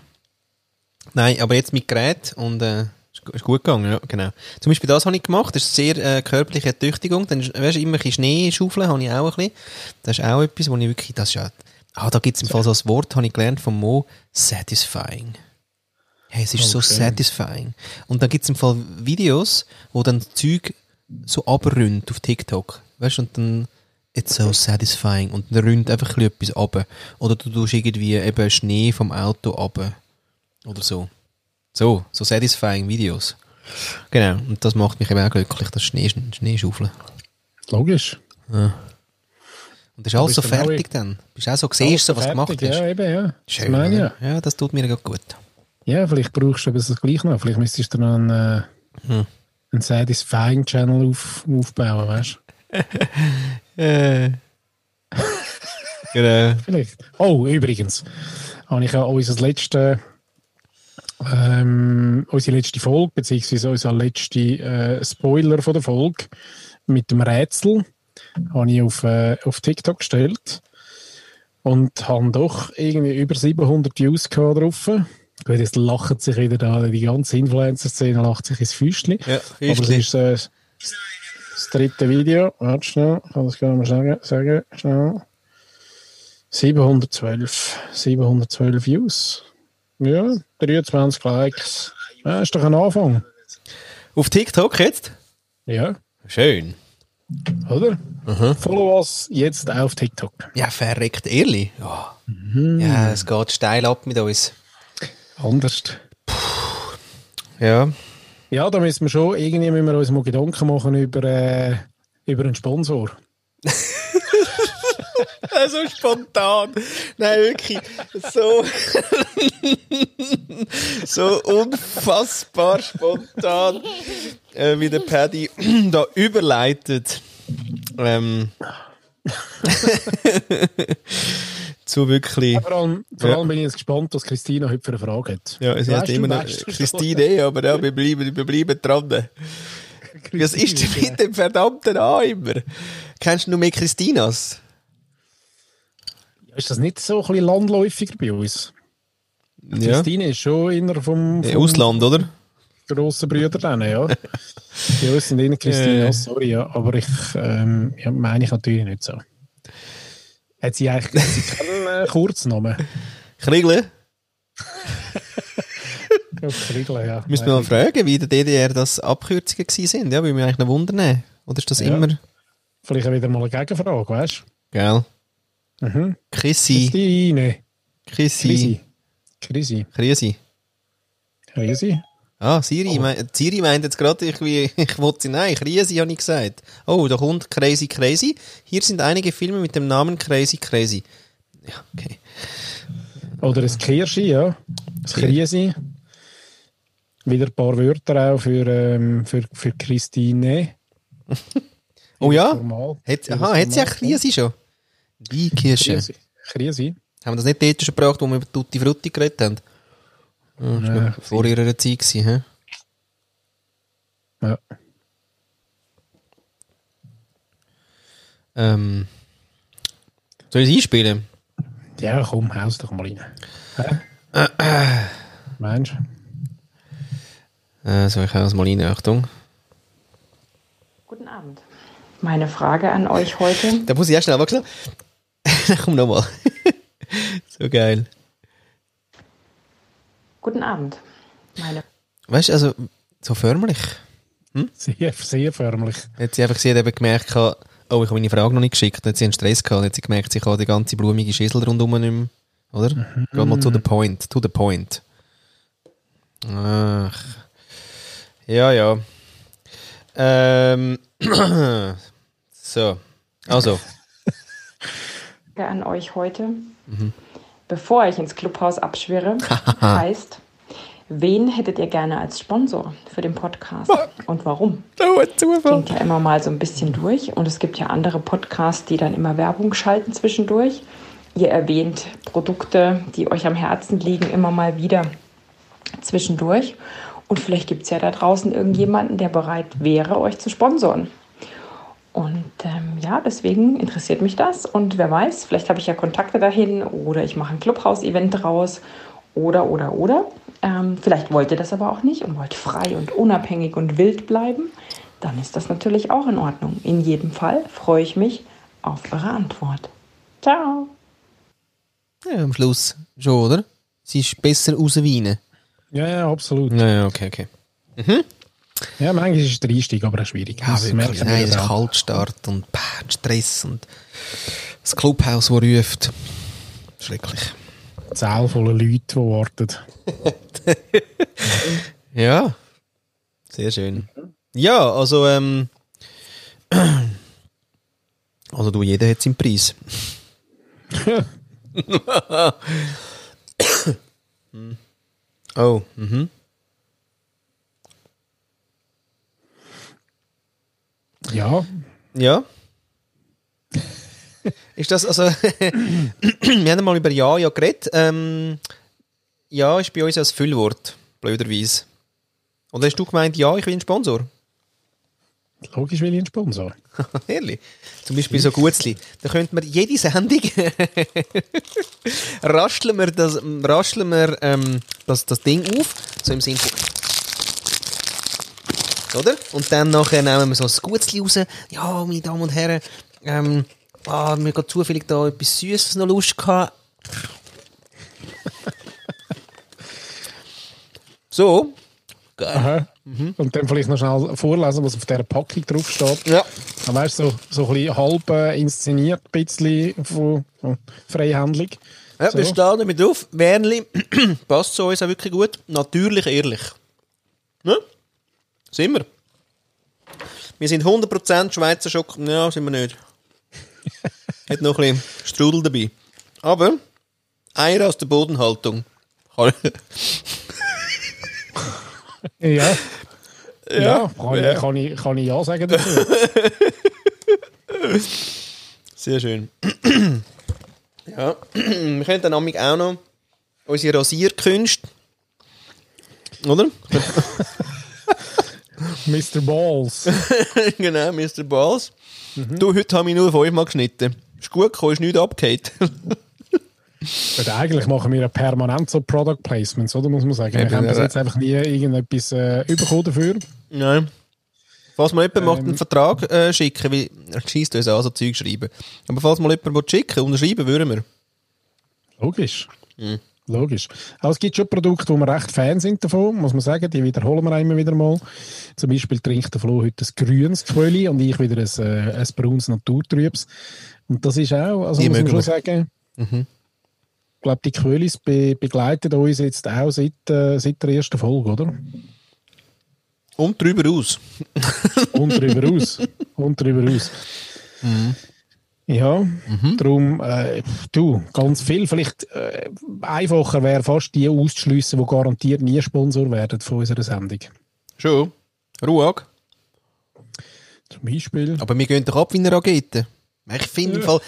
A: Nein, aber jetzt mit Gerät und äh, ist, gu- ist gut gegangen, ja, genau. Zum Beispiel das habe ich gemacht, das ist sehr äh, körperliche Tüchtigung. Dann, weißt du, immer ein bisschen Schnee schaufeln habe ich auch ein bisschen. Das ist auch etwas, wo ich wirklich, das ist ja, ah, da gibt es im Fall so ein Wort, habe ich gelernt von Mo, satisfying. Hey, es ist so
B: Okay.
A: satisfying. Und dann gibt es im Fall Videos, wo dann das Zeug so abründet auf TikTok. Weißt du, und dann it's so satisfying. Und dann ründet einfach ein bisschen etwas ab. Oder du tust irgendwie eben Schnee vom Auto ab. Oder so. So, so satisfying Videos. Genau, und das macht mich eben auch glücklich, das Schnee, Schneeschaufeln.
B: Logisch.
A: Und das ist alles so
B: bist dann auch
A: fertig
B: in-
A: dann. Bist auch so, siehst du, was du
B: Fertig,
A: gemacht hast.
B: Ja, eben, ja.
A: Schön,
B: ich meine, ja.
A: oder? ja, das tut mir gerade gut.
B: ja, vielleicht brauchst du aber das gleich noch. Vielleicht müsstest du noch einen, äh,
A: Hm.
B: einen Satisfying-Channel auf, aufbauen, weißt du?
A: Genau.
B: Vielleicht. Oh, übrigens, habe ich ja unser letzte, ähm, unsere letzte Folge, beziehungsweise unser letzte äh, Spoiler von der Folge mit dem Rätsel, habe ich auf, äh, auf TikTok gestellt und habe doch irgendwie über 700 Views gehabt drauf. Gut, jetzt lachen sich wieder da, die ganze Influencer-Szene lacht sich ins Füßchen.
A: Ja,
B: Aber es
A: Füßchen.
B: ist äh, das dritte Video. Warte schnell, ich kann das gerne mal sagen. sagen schnell. 712. 712 Views. Ja, 23 Likes. Ja, ist doch ein Anfang.
A: Auf TikTok jetzt?
B: Ja,
A: Schön.
B: oder?
A: Mhm.
B: Follow us jetzt auf TikTok.
A: Ja, verreckt ehrlich. Ja. ja, es geht steil ab mit uns.
B: Anders.
A: Ja.
B: Ja, da müssen wir schon irgendwie müssen wir uns mal Gedanken machen über, äh, über einen Sponsor.
A: so Also spontan. Nein, wirklich. So, so unfassbar spontan, äh, wie der Paddy da überleitet. Ähm, zu wirklich.
B: Vor allem, vor
A: Ja.
B: allem bin ich jetzt gespannt, was Christina heute für eine Frage hat.
A: Ja, es hat
B: Weißt du,
A: immer noch
B: weißt du schon.
A: Christine, aber ja, wir bleiben, wir bleiben dran. Was ist denn mit dem verdammten A immer? Kennst du nur mehr Christinas?
B: Ist das nicht so ein bisschen landläufiger bei uns? Christine ist schon inner vom,
A: Äh,
B: vom
A: Ausland, oder?
B: grossen Brüder dann, ja. bei uns sind inner Christine, oh,
A: Äh.
B: sorry, ja, aber ich ähm, ja, meine ich natürlich nicht so. Hat sie eigentlich hat sie keinen äh, Kurznamen?
A: Kriegel?
B: Ja, Kriegel, ja.
A: Müssen wir mal fragen, wie in der DDR das Abkürzungen gewesen sind. Ja, würde mich eigentlich noch wundern. Oder ist das
B: Ja.
A: immer?
B: Vielleicht wieder mal eine Gegenfrage, weißt
A: Gell.
B: du? Mhm.
A: Chrissy.
B: Christine.
A: Chrissy.
B: Krisi. Krisi.
A: Chrissy.
B: Krisi.
A: Ah, Siri. mei- äh, Siri meint jetzt gerade, ich, wie- ich wollte sie. Nein, Chrissy habe ich gesagt. Oh, da kommt Crazy Crazy. Hier sind einige Filme mit dem Namen Crazy Crazy. Ja, okay.
B: Oder ein Kirschi, ja. Ein Krisi. Wieder ein paar Wörter auch für, ähm, für, für Christine.
A: Oh ja?
B: Normal.
A: Hat, aha, hat sie auch Krise schon? Die Kirsche.
B: Krisi. Krisi.
A: Haben wir das nicht dort schon gebracht, wo wir über Tutti Frutti geredet haben? Ja, das war
B: Nein.
A: noch vor ihrer Zeit gewesen, hä?
B: Ja.
A: Ähm, soll ich es einspielen?
B: Ja, komm, haus doch mal rein. Hä? Mensch,
A: Äh, so, ich hau es mal rein, Achtung.
D: Guten Abend. Meine Frage an euch heute.
A: Da muss ich erst schnell wachsen. Komm nochmal. so geil.
D: Guten Abend. Meine
A: Weißt du, also, so förmlich.
B: sehr, sehr förmlich.
A: Hat sie einfach sie hat eben gemerkt, gehabt, oh, ich habe meine Frage noch nicht geschickt. Dann hat sie einen Stress gehabt. Dann hat sie gemerkt, sie kann die ganze blumige Schüssel rundherum nicht mehr. Oder? Geh mal to the point. To the point. Ach. Ja, ja. Ähm. so. Also.
D: Frage an euch heute, bevor ich ins Clubhaus abschwirre, heißt, wen hättet ihr gerne als Sponsor für den Podcast und warum?
A: Oh, ein Zufall.
D: Klingt ja immer mal so ein bisschen durch und es gibt ja andere Podcasts, die dann immer Werbung schalten zwischendurch. Ihr erwähnt Produkte, die euch am Herzen liegen, immer mal wieder zwischendurch. Und vielleicht gibt es ja da draußen irgendjemanden, der bereit wäre, euch zu sponsoren. Und ähm, ja, deswegen interessiert mich das. Und wer weiß, vielleicht habe ich ja Kontakte dahin oder ich mache ein Clubhouse-Event draus oder, oder, oder. Ähm, vielleicht wollt ihr das aber auch nicht und wollt frei und unabhängig und wild bleiben. Dann ist das natürlich auch in Ordnung. In jedem Fall freue ich mich auf eure Antwort. Ciao!
A: Ja, am Schluss schon, oder? Sie ist besser rausweinen.
B: Ja, ja, absolut.
A: Ja, ja, okay, okay.
B: Ja, manchmal ist der Einstieg aber auch schwierig.
A: Ja, wirklich.
B: merken wir
A: Nein, der
B: auch.
A: Kaltstart und pah, Stress und das Clubhaus, das ruft. Schrecklich.
B: Die Zahl voller Leute, die warten.
A: Ja, sehr schön. Ja, also, ähm, also du, jeder hat seinen Preis. Hm. oh, mhm.
B: Ja,
A: Ja. Ist das, also, wir haben mal über Ja, ja geredet. Ähm, ja ist bei uns ja das Füllwort, blöderweise. Oder hast du gemeint, ja, ich will einen Sponsor?
B: logisch will ich einen Sponsor.
A: Ehrlich. Zum Beispiel so Gutzli. Da könnte man jede Sendung rascheln wir, das, rascheln wir ähm, das, das Ding auf, so im Sinne von. Oder? Und dann nachher nehmen wir so ein Gutzli raus. Ja, meine Damen und Herren, ähm, ah, mir geht zufällig da etwas Süßes noch Lust gehabt. so.
B: Aha.
A: Mhm.
B: Und dann vielleicht noch schnell vorlesen, was auf dieser Packung draufsteht.
A: Ja.
B: Dann weißt du, so, so ein bisschen halb äh, inszeniert, ein bisschen von, von Freihandlung.
A: Ja,
B: So.
A: wir stehen damit drauf. Wernli passt zu uns auch wirklich gut. Natürlich ehrlich. Ne? Sind wir. Wir sind 100% Schweizer Schock. Ja, sind wir nicht. Hat noch ein bisschen Strudel dabei. Aber Eier aus der Bodenhaltung. Kann-
B: Ja. Ja, kann, Ich, kann, ich, kann ich ja sagen dazu.
A: Sehr schön. ja, wir können dann nämlich auch noch unsere Rasierkünste. Oder?
B: Mr. Balls.
A: genau, Mr. Balls. Du, heute habe ich nur fünfmal geschnitten. Ist gut gekommen, ist nichts abgehakt.
B: Weil eigentlich machen wir ja permanent so Product Placements, oder muss man sagen.
A: Eben,
B: Wir haben bis
A: ja.
B: jetzt einfach nie irgendetwas äh, bekommen dafür.
A: Nein. Falls mal jemand macht, einen Vertrag äh, schicken weil er schießt uns an, so Zeug schreiben. Aber falls mal jemand will schicken unterschreiben würden wir.
B: Logisch. Logisch. Aber es gibt schon Produkte, wo wir recht Fan sind davon, muss man sagen. Die wiederholen wir auch immer wieder mal. Zum Beispiel trinkt der Flo heute ein grünes Quölli und ich wieder ein, äh, ein braunes Naturtrübs. Und das ist auch, also
A: Nie
B: muss man schon
A: möglich.
B: sagen, ich glaube, die Quöllis be begleiten uns jetzt auch seit, äh, seit der ersten Folge, oder?
A: Und drüber aus.
B: Und drüber aus. Und drüber aus. Mhm. Ja, darum, äh, du, ganz viel. Vielleicht äh, einfacher wäre fast die auszuschliessen, die garantiert nie Sponsor werden von unserer Sendung.
A: Schon. Ruag.
B: Zum Beispiel.
A: Aber wir gehen doch ab wie eine Rakete. Ich finde im Fall.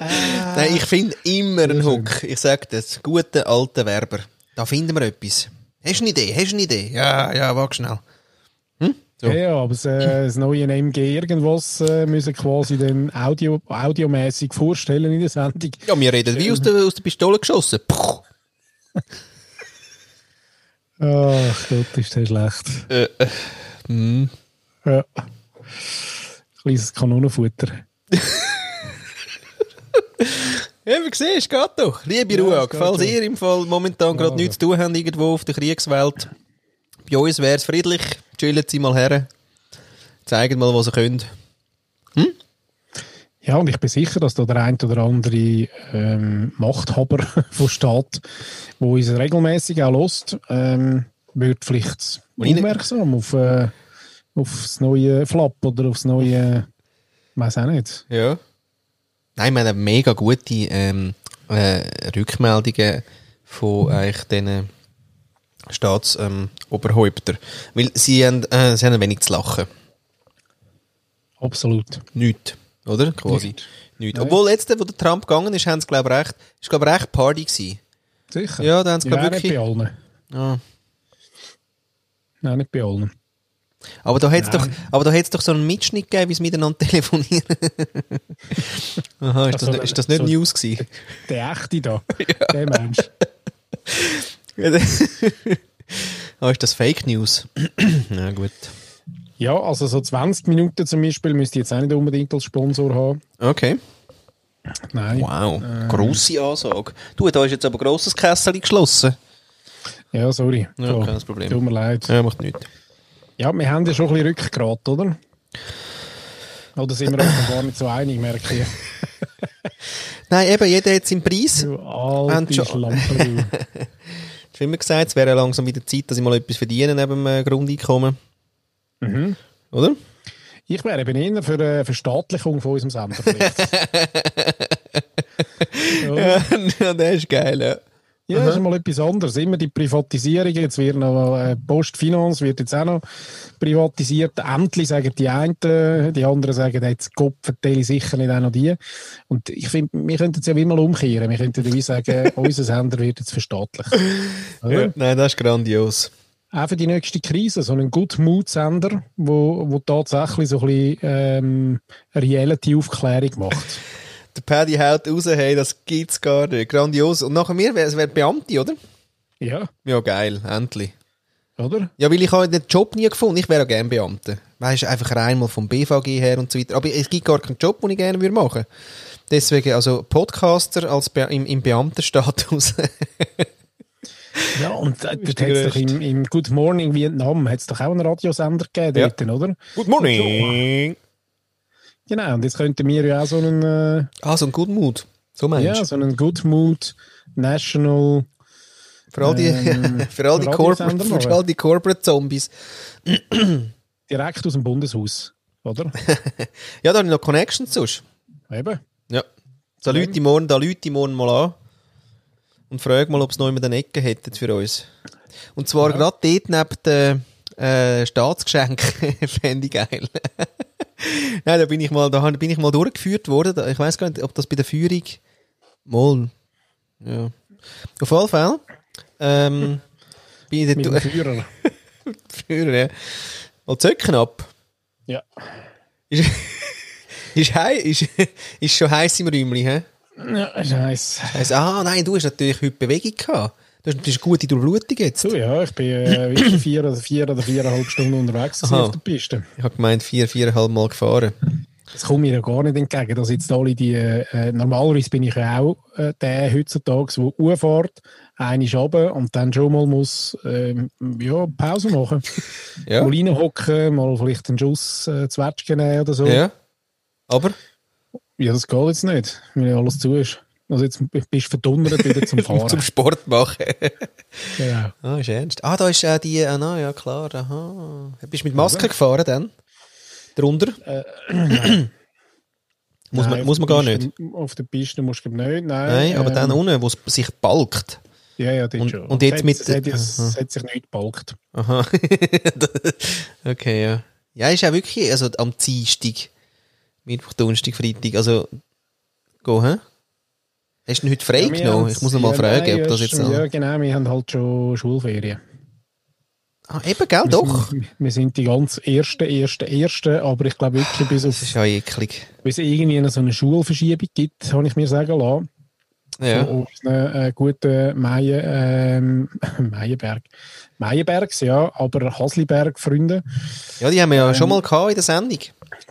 A: Nein, ich finde immer einen Hook. Ich sage das. Guten alten Werber. Da finden wir etwas. Hast du eine Idee? Hast du eine Idee? Ja, ja, wach schnell. So.
B: Ja, ja, aber das, äh, das neue MG irgendwas äh, müssen quasi dann audio, audiomäßig vorstellen in der Sendung.
A: Ja, wir reden wie aus der, aus der Pistole geschossen. Puh.
B: Ach Gott, ist der schlecht.
A: Äh, äh, mm.
B: Ja. Kleines Kanonenfutter.
A: Ja, wie siehst, geht doch. Liebe
B: Ja,
A: Ruhe,
B: es geht
A: falls
B: doch.
A: ihr im Fall momentan gerade
B: Ja,
A: nichts zu tun habt, irgendwo auf der Kriegswelt, bei uns wäre es friedlich. Chillen Sie mal her. Zeigen mal, was ihr könnt.
B: Ja, und ich bin sicher, dass da der ein oder andere ähm, Machthaber vom Staat, wo uns regelmäßig auch lost, ähm, wird vielleicht
A: Und ich-
B: aufmerksam auf, äh, auf das neue Flap oder aufs neue, weiß auch nicht.
A: Ja. Nein, wir haben mega gute ähm, äh, Rückmeldungen von eigentlich diesen Staatsoberhäuptern. Ähm, Oberhäuptern. Weil sie haben, äh, sie haben wenig zu lachen.
B: Absolut.
A: Nicht, oder? Quasi.
B: Nicht.
A: Nicht.
B: Nein.
A: Obwohl, jetzt, wo der Trump gegangen ist, haben sie, glaube ich, recht, ist, glaub, ich, recht Party gewesen.
B: Sicher.
A: Ja, da haben sie,
B: ja,
A: glaub,
B: auch
A: wirklich.
B: nicht bei allen.
A: Ja.
B: Nein, nicht bei allen.
A: Aber da hätte es doch,
B: Nein.
A: aber da hätt's doch so einen Mitschnitt gegeben, wie sie miteinander telefonieren. Aha, ist das,
B: Also,
A: nicht- ist das nicht
B: so-
A: News gewesen?
B: Der echte da, der Mensch.
A: ah, ist das Fake News? Na gut.
B: Ja, also so 20 Minuten zum Beispiel müsste ich jetzt auch nicht unbedingt als Sponsor haben.
A: Okay.
B: Nein.
A: Wow, grosse Ansage. Du, da ist jetzt aber grosses Kessel geschlossen.
B: Ja, sorry.
A: Ja, kein Problem.
B: Tut mir leid.
A: Ja, macht nichts.
B: Ja, wir haben ja schon ein bisschen Rückgrat, oder? Oder sind wir uns noch gar nicht so einig, merke ich.
A: Nein, eben, jeder hat seinen Preis.
B: Du
A: Haben
B: alte
A: schon-
B: Schlampe, du.
A: Ich habe immer gesagt, es wäre ja langsam wieder Zeit, dass ich mal etwas verdiene neben dem äh, Grundeinkommen. Mhm. Oder?
B: Ich wäre eben eher für eine Verstaatlichung von unserem Sender. vielleicht. ja,
A: ja, der ist geil, ja.
B: ja das ist mal etwas anderes. Immer die Privatisierung. Jetzt wird noch äh, Postfinance wird jetzt auch noch privatisiert. Endlich sagen die einen, äh, die anderen sagen jetzt Gott verteile sicher nicht auch noch die. Und ich finde, wir könnten es ja wie mal umkehren. Wir könnten wie sagen, unser Sender wird jetzt verstaatlicht. Oder?
A: ja. Nein, das ist grandios.
B: auch für die nächste Krise, so einen Good Mood-Sender, wo, wo tatsächlich so ein bisschen ähm, Reality-Aufklärung macht.
A: Der Paddy haut raus, hey, das gibt's gar nicht. Grandios. Und nachher mir wäre es wär Beamte, oder?
B: ja,
A: Ja, geil, endlich.
B: oder?
A: Ja, weil ich habe den Job nie gefunden. Ich wäre auch gerne Beamter. Weißt du, einfach rein mal vom BVG her und so weiter. Aber es gibt gar keinen Job, den ich gerne würde machen würde. Deswegen, also Podcaster als Be im, im Beamtenstatus.
B: Ja, und da
A: Ist
B: hat
A: der
B: es doch
A: grösste.
B: im, im Good Morning Vietnam hat's doch auch einen Radiosender gegeben,
A: Ja.
B: dort, oder?
A: Good morning!
B: Genau, und jetzt könnten wir ja auch so einen, äh,
A: Ah, so ein Good Mood. So
B: ja,
A: meinst du?
B: so einen Good Mood National.
A: Für all die,
B: ähm,
A: für all die,
B: Radiosender
A: Corporate, für
B: machen.
A: all die Corporate Zombies.
B: direkt aus dem Bundeshaus, oder?
A: Ja, da habe ich noch Connections sonst.
B: Eben.
A: Ja. Da Leute ich morgen, da Leute ich morgen mal an und frage mal, ob es noch jemand eine Ecke hätten für uns. Und zwar gerade dort neben den äh, Staatsgeschenken. Fände ich geil. Nein, da bin ich mal, da han- bin ich mal durchgeführt worden. Da- Ich weiß gar nicht, ob das bei der Führung mal. Ja. Auf alle Fälle. Ähm, bin ich
B: Mit dem
A: dort
B: Führer.
A: Führer, ja. Und Zöcken ab.
B: Ja.
A: Ist, ist, hei- ist, ist schon heiß im Räumchen, hä?
B: ja Scheiße.
A: Also, ah, nein, du hast natürlich heute Bewegung gehabt. Du hast, du bist eine gute Durchblutung jetzt.
B: So, ja, ich bin äh, wirklich vier oder vier oder viereinhalb Stunden unterwegs gewesen
A: Aha.
B: auf der Piste.
A: Ich habe gemeint, vier, viereinhalb Mal gefahren.
B: Das kommt mir ja gar nicht entgegen, dass jetzt alle die, äh, normalerweise bin ich ja auch äh, der heutzutage, der Uhrfahrt, eine runter und dann schon mal muss, ähm, ja, Pause machen.
A: Ja.
B: Mal reinhocken, mal vielleicht einen Schuss äh, Zwetschgen nehmen oder so.
A: ja. Aber,
B: Ja, das geht jetzt nicht, weil ja alles zu ist. Also jetzt bist du verdonnert wieder zum Fahren.
A: zum Sport machen.
B: genau.
A: ah, ist ernst. Ah, da ist auch die, ah, nein, ja klar, aha. Bist du mit Maske gefahren dann? Drunter? muss,
B: Äh, Nein,
A: man,
B: auf
A: muss man
B: der
A: gar
B: Piste-
A: nicht.
B: Auf der Piste musst du glaub nicht, nein.
A: Nein, aber
B: ähm,
A: dann unten, wo es sich balgt.
B: Ja, ja, dort
A: Und-
B: schon.
A: und jetzt
B: es hat,
A: mit-
B: Es hat, es hat sich nicht gebalgt.
A: Aha. okay, ja. Ja, ist auch wirklich, also am Dienstag, Mittwoch, Donnerstag, Freitag, also, go, hä? Hast du ihn heute frei
B: Ja, wir
A: genommen?
B: haben's-
A: Ich muss noch mal
B: ja, genau,
A: fragen,
B: nein,
A: ob das
B: erst-
A: jetzt noch...
B: Ja, genau, wir haben halt schon Schulferien.
A: Ah, eben, gell,
B: Wir
A: doch.
B: Sind, wir sind die ganz Ersten, Ersten, Ersten, aber ich glaube wirklich, bis
A: Das
B: auf,
A: ist ja eklig.
B: bis es irgendwie noch so eine Schulverschiebung gibt, habe ich mir sagen lassen,
A: Ja.
B: von unseren äh, guten Meien, ähm, Meienberg, Meienbergs, ja, aber Hasliberg-Freunden,
A: ja, die haben wir ja schon mal gehabt in der Sendung.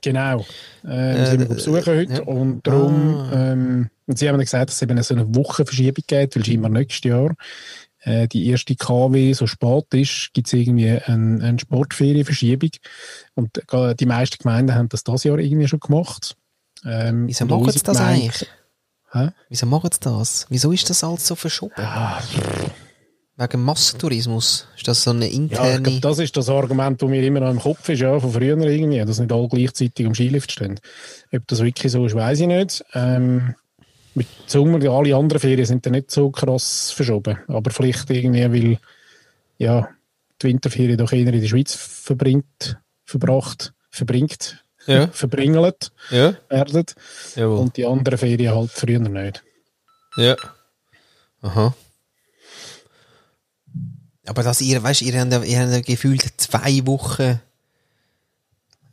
B: Genau. Ähm,
A: Äh,
B: sind wir
A: äh,
B: besuchen heute
A: ja.
B: und darum,
A: Ah.
B: ähm, und sie haben dann gesagt, dass es eben so eine Wochenverschiebung gibt, weil scheinbar nächstes Jahr äh, die erste KW so spät ist, gibt es irgendwie eine, eine Sportferienverschiebung und äh, die meisten Gemeinden haben das das Jahr irgendwie schon gemacht. Ähm,
A: Wieso
B: und
A: machen
B: unsere
A: sie das
B: Gemeinde-
A: eigentlich?
B: Hä?
A: Wieso machen sie das? Wieso ist das alles so verschoben?
B: Ah,
A: Wegen Massentourismus? Ist das so eine
B: ja, ich
A: interne...
B: glaube, das ist das Argument, das mir immer noch im Kopf ist, ja, von früher irgendwie, dass nicht alle gleichzeitig am Skilift stehen. Ob das wirklich so ist, weiß ich nicht. Ähm, mit Sommer, ja, alle anderen Ferien sind dann nicht so krass verschoben. Aber vielleicht irgendwie, weil ja, die Winterferien doch eher in der Schweiz verbringt, verbracht, verbringt,
A: Ja,
B: verbringelt
A: ja,
B: werden.
A: jawohl.
B: Und die anderen Ferien halt früher nicht.
A: Ja. Aha. Aber dass ihr, weißt, ihr habt, ja- ihr habt ja gefühlt zwei Wochen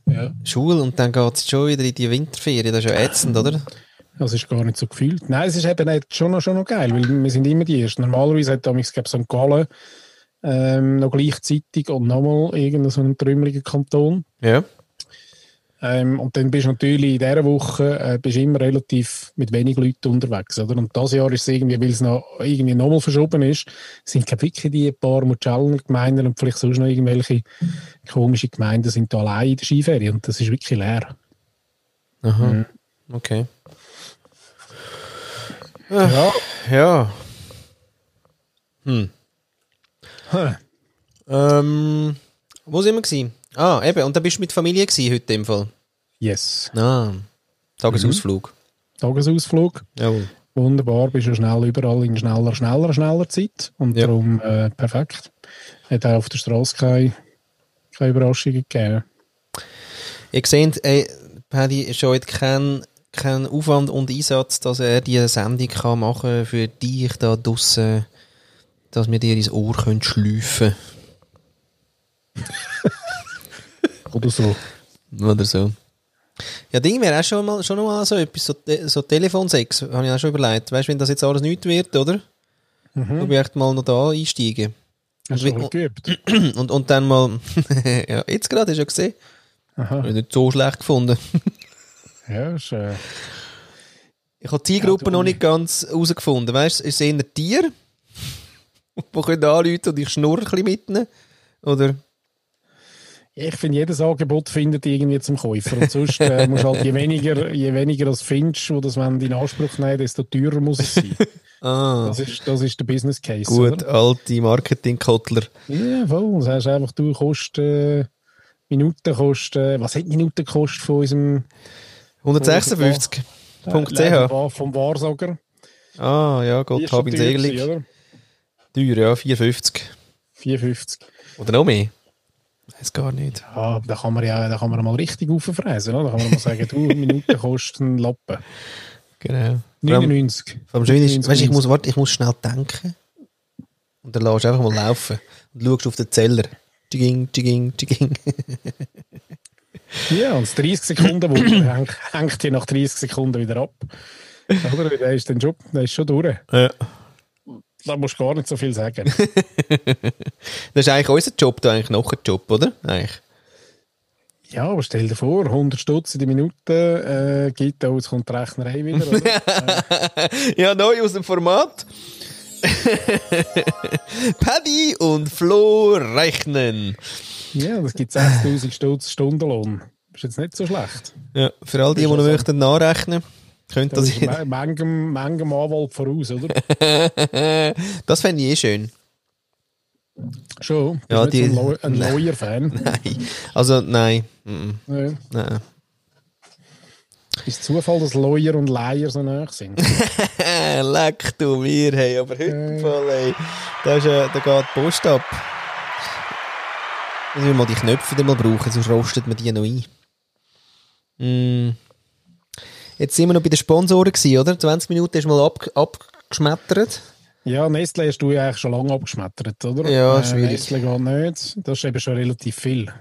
B: Ja.
A: Schule und dann geht es schon wieder in die Winterferien. Das ist ja ätzend, oder?
B: Das ist gar nicht so gefühlt. Nein, es ist eben nicht- schon noch, schon noch geil, weil wir sind immer die Ersten. Normalerweise hat damals, glaube St. Gallen ähm, noch gleichzeitig und nochmal irgendeinen so einen trümmeligen Kanton.
A: Ja.
B: Ähm, und dann bist du natürlich in dieser Woche äh, bist immer relativ mit wenig Leuten unterwegs. Oder? Und das Jahr ist es irgendwie, weil es noch irgendwie nochmal verschoben ist, sind glaub ich, wirklich die paar Mutschellner Gemeinden und vielleicht sonst noch irgendwelche komischen Gemeinden sind da allein in der Skiferie und das ist wirklich leer.
A: Aha. Okay.
B: Ja.
A: Ja. Hm.
B: Hm.
A: Ähm, wo sind wir gewesen? Ah, eben. Und da bist du mit Familie gewesen heute im Fall.
B: Yes.
A: Ah. Tagesausflug.
B: Tagesausflug.
A: Jawohl.
B: Wunderbar, bist ja schnell überall in schneller, schneller, schneller Zeit und
A: Ja.
B: darum äh, perfekt. Hat auch auf der Straße keine, keine Überraschungen gegeben.
A: Ihr seht, ey, Paddy scheut keinen kein Aufwand und Einsatz, dass er diese Sendung kann machen kann für dich da draussen, dass wir dir ins Ohr können schleifen
B: Oder so.
A: können. Oder so. Ja, Ding wäre auch schon mal, schon mal so etwas, so, Te- so Telefonsex, habe ich auch schon überlegt. Weißt du, wenn das jetzt alles nichts wird, oder? Mhm. ich echt mal noch da einsteigen. Und
B: Hast du
A: wie-
B: aber geübt?
A: Und, und dann mal, ja, jetzt gerade, hast du ja gesehen. Habe
B: Aha.
A: ich nicht so schlecht gefunden.
B: Ja, ist, äh,
A: Ich habe die Zielgruppe
B: Ja, du-
A: noch nicht ganz herausgefunden. Weißt du, es sind eher Tiere, die können anrufen und ich schnurre ein bisschen mit ihnen. Oder?
B: ich finde, jedes Angebot findet irgendwie zum Käufer. Und sonst äh, musst halt, je weniger, je weniger das findest, wo das wollen in Anspruch nehmen, desto teurer muss es sein.
A: Ah,
B: Das ist, das ist der Business Case.
A: gut,
B: Oder?
A: alte Marketing-Kottler.
B: Ja, voll. Das heißt einfach, du kostet äh, Minuten kostet, was hat Minuten kostet von unserem
A: 156.ch.
B: Äh, vom Wahrsager.
A: Ah, ja,
B: Die
A: Gott,
B: ist schon
A: hab ihn
B: teuer
A: selig.
B: gewesen, oder?
A: Teuer, ja, 450.
B: 54.
A: Oder noch mehr? Weiß gar nicht.
B: Ja, aber Ah, da kann man ja da kann man mal richtig auffräsen. oder? Da kann man mal sagen, du, Minuten kostet einen Lappen.
A: Genau. Vor allem-
B: 99.
A: vor allem schön ist,
B: 99.
A: weißt, du, ich muss, warte, ich muss schnell denken. Und dann lässt du einfach mal laufen und schaust auf den Zeller. Tsching, tsching, tsching.
B: Ja, und das 30 Sekunden Wunder hängt- hängt hier nach 30 Sekunden wieder ab. Oder? Der ist dann schon, der ist schon durch.
A: Ja.
B: Da musst du gar nicht so viel sagen.
A: Das ist eigentlich unser Job, da eigentlich noch ein Job, oder? Eigentlich.
B: Ja, aber stell dir vor, 100 Stutz in die Minute äh, gibt auch, jetzt kommt die Rechnerei wieder. Oder?
A: Ja, nou, neu aus dem Format. Paddy und Flo rechnen.
B: ja, das gibt 6000 Stutz Stundenlohn. Ist jetzt nicht so schlecht.
A: Ja, für all die, die noch
B: Das ist ja
A: möchten nachrechnen, könnt
B: Das
A: das.
B: ist me- manchem, manchem Anwalt voraus, oder?
A: das fände ich eh schön.
B: Schon. Bist
A: Ja,
B: nicht so ein,
A: die-
B: Lawyer- ein Lawyer-Fan.
A: Nein. Also, nein. Mm,
B: Nein.
A: nein.
B: Ist Zufall, dass Lawyer und Liar so nah sind?
A: Äh, leck du mir, hey. Aber heute im Fall, hey. Da, ist, äh, da geht die Post ab. Müssen wir mal die Knöpfe wieder mal brauchen, sonst rostet man die noch ein. Mm. Jetzt sind wir noch bei den Sponsoren gewesen, oder? 20 Minuten ist mal ab, abgeschmettert.
B: Ja, Nestle hast du ja eigentlich schon lange abgeschmettert, oder?
A: Ja, schwierig.
B: Nestle geht nicht. Das ist eben schon relativ viel.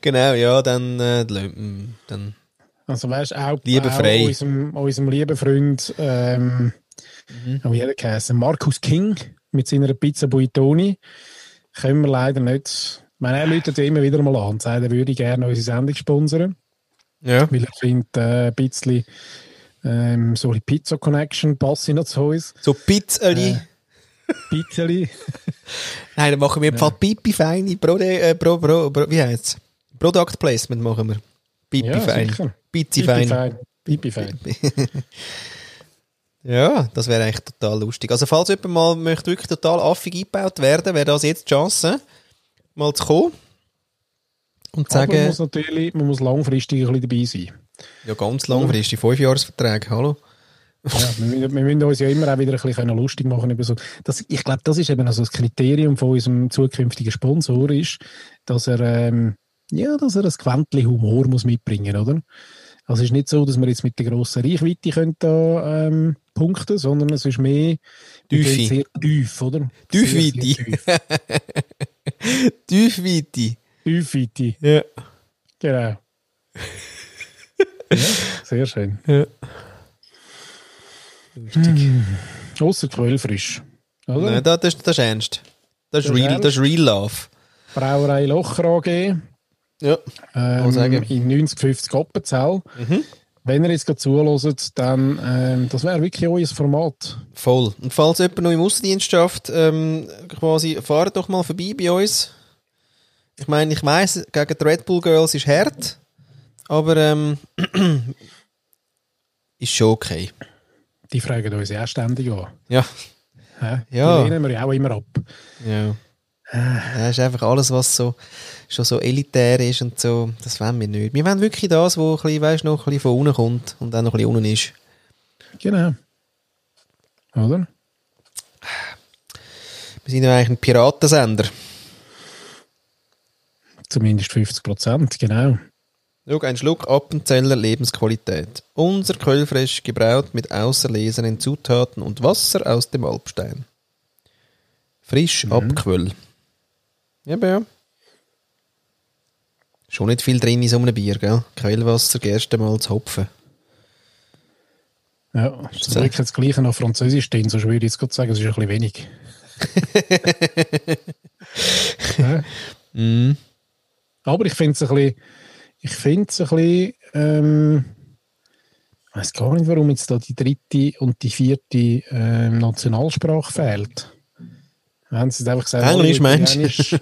A: Genau, ja, dann, äh, dann, dann
B: Also weißt auch,
A: Lieber
B: auch
A: frei.
B: unserem, unserem lieben Freund, ähm,
A: Mhm.
B: oh, wie hat er geheißen? Markus King mit seiner Pizza Buitoni können wir leider nicht. Ich meine, er läutet ja immer wieder mal an und sagt, er würde gerne unsere Sendung sponsern,
A: ja.
B: weil er findet, äh, ein bisschen ähm, so die Pizza Connection passt noch zu uns.
A: so Pizzeli.
B: Äh. Pizzeli.
A: Nein, dann machen wir im Fall pipi feine Pro, äh, Pro, Pro, Pro, wie heißt's? Product Placement machen wir. Pipi
B: Ja,
A: fein.
B: sicher.
A: Pizzi fein.
B: Pipi fein.
A: Ja, das wäre eigentlich total lustig. Also falls jemand mal möchte wirklich total affig eingebaut werden, wäre das jetzt die Chance, mal zu kommen und zu
B: Aber man
A: sagen,
B: muss natürlich, man muss langfristig ein bisschen dabei sein.
A: ja ganz langfristig, 5 Jahresverträge, hallo.
B: Ja, wir, müssen- wir müssen uns ja immer auch wieder ein bisschen können lustig machen über so. Das, ich glaube, das ist eben also das Kriterium von unserem zukünftigen Sponsor ist, dass er ähm, ja, dass er das Quäntchen Humor muss mitbringen, oder? Also es ist nicht so, dass wir jetzt mit der grossen Reichweite können da ähm, punkten, sondern es ist mehr wir
A: Tiefe.
B: gehen sehr tief, oder? Sehr, sehr
A: Tiefweite.
B: tief.
A: Tiefweite.
B: Tiefweite,
A: Ja.
B: genau. ja, sehr schön.
A: Ja.
B: Außer Quellfrisch, oder?
A: Nein, das, das, das ist ernst. Das ist,
B: Das ist
A: real, das ist real Love.
B: Brauerei Locher AG.
A: Ja.
B: ähm,
A: sagen.
B: in 9050 Appenzell. Wenn ihr jetzt gerade zuhört, dann ähm, das wäre wirklich euer Format.
A: Voll. Und falls jemand noch im Aussendienst schafft, ähm, quasi, fahrt doch mal vorbei bei uns. Ich meine, ich weiss, gegen die Red Bull Girls ist hart, aber ähm, ist schon okay.
B: Die fragen uns ja auch ständig an.
A: Ja.
B: Hä?
A: Ja.
B: Die lehnen wir ja auch immer ab.
A: Ja. Das ist einfach alles, was so, schon so elitär ist und so, das wollen wir nicht. Wir wollen wirklich das, was ein bisschen, weißt, noch ein bisschen von unten kommt und dann noch ein bisschen unten ist.
B: Genau. Oder?
A: Wir sind ja eigentlich ein Piratensender.
B: Zumindest 50 Prozent, genau.
A: Schau, ein Schluck Appenzeller Lebensqualität. Unser Quellfresh gebraut mit auserlesenen Zutaten und Wasser aus dem Alpstein.
B: Mhm.
A: Frisch abquell. Eben ja. Schon nicht viel drin in so einem Bier, gell? Quellwasser, Gerstenmalz, Hopfen.
B: Ja, zum Glück jetzt gleich noch Französisch stehen, sonst würde ich jetzt gerade sagen, es ist ein bisschen wenig. Hä?
A: Mhm.
B: Aber ich finde es ein bisschen, ich finde es ein bisschen, ähm, ich weiß gar nicht, warum jetzt da die dritte und die vierte ähm, Nationalsprache fehlt. Wenn sie jetzt einfach gesagt
A: Englisch,
B: alle, die
A: meinst du?
B: Italienisch-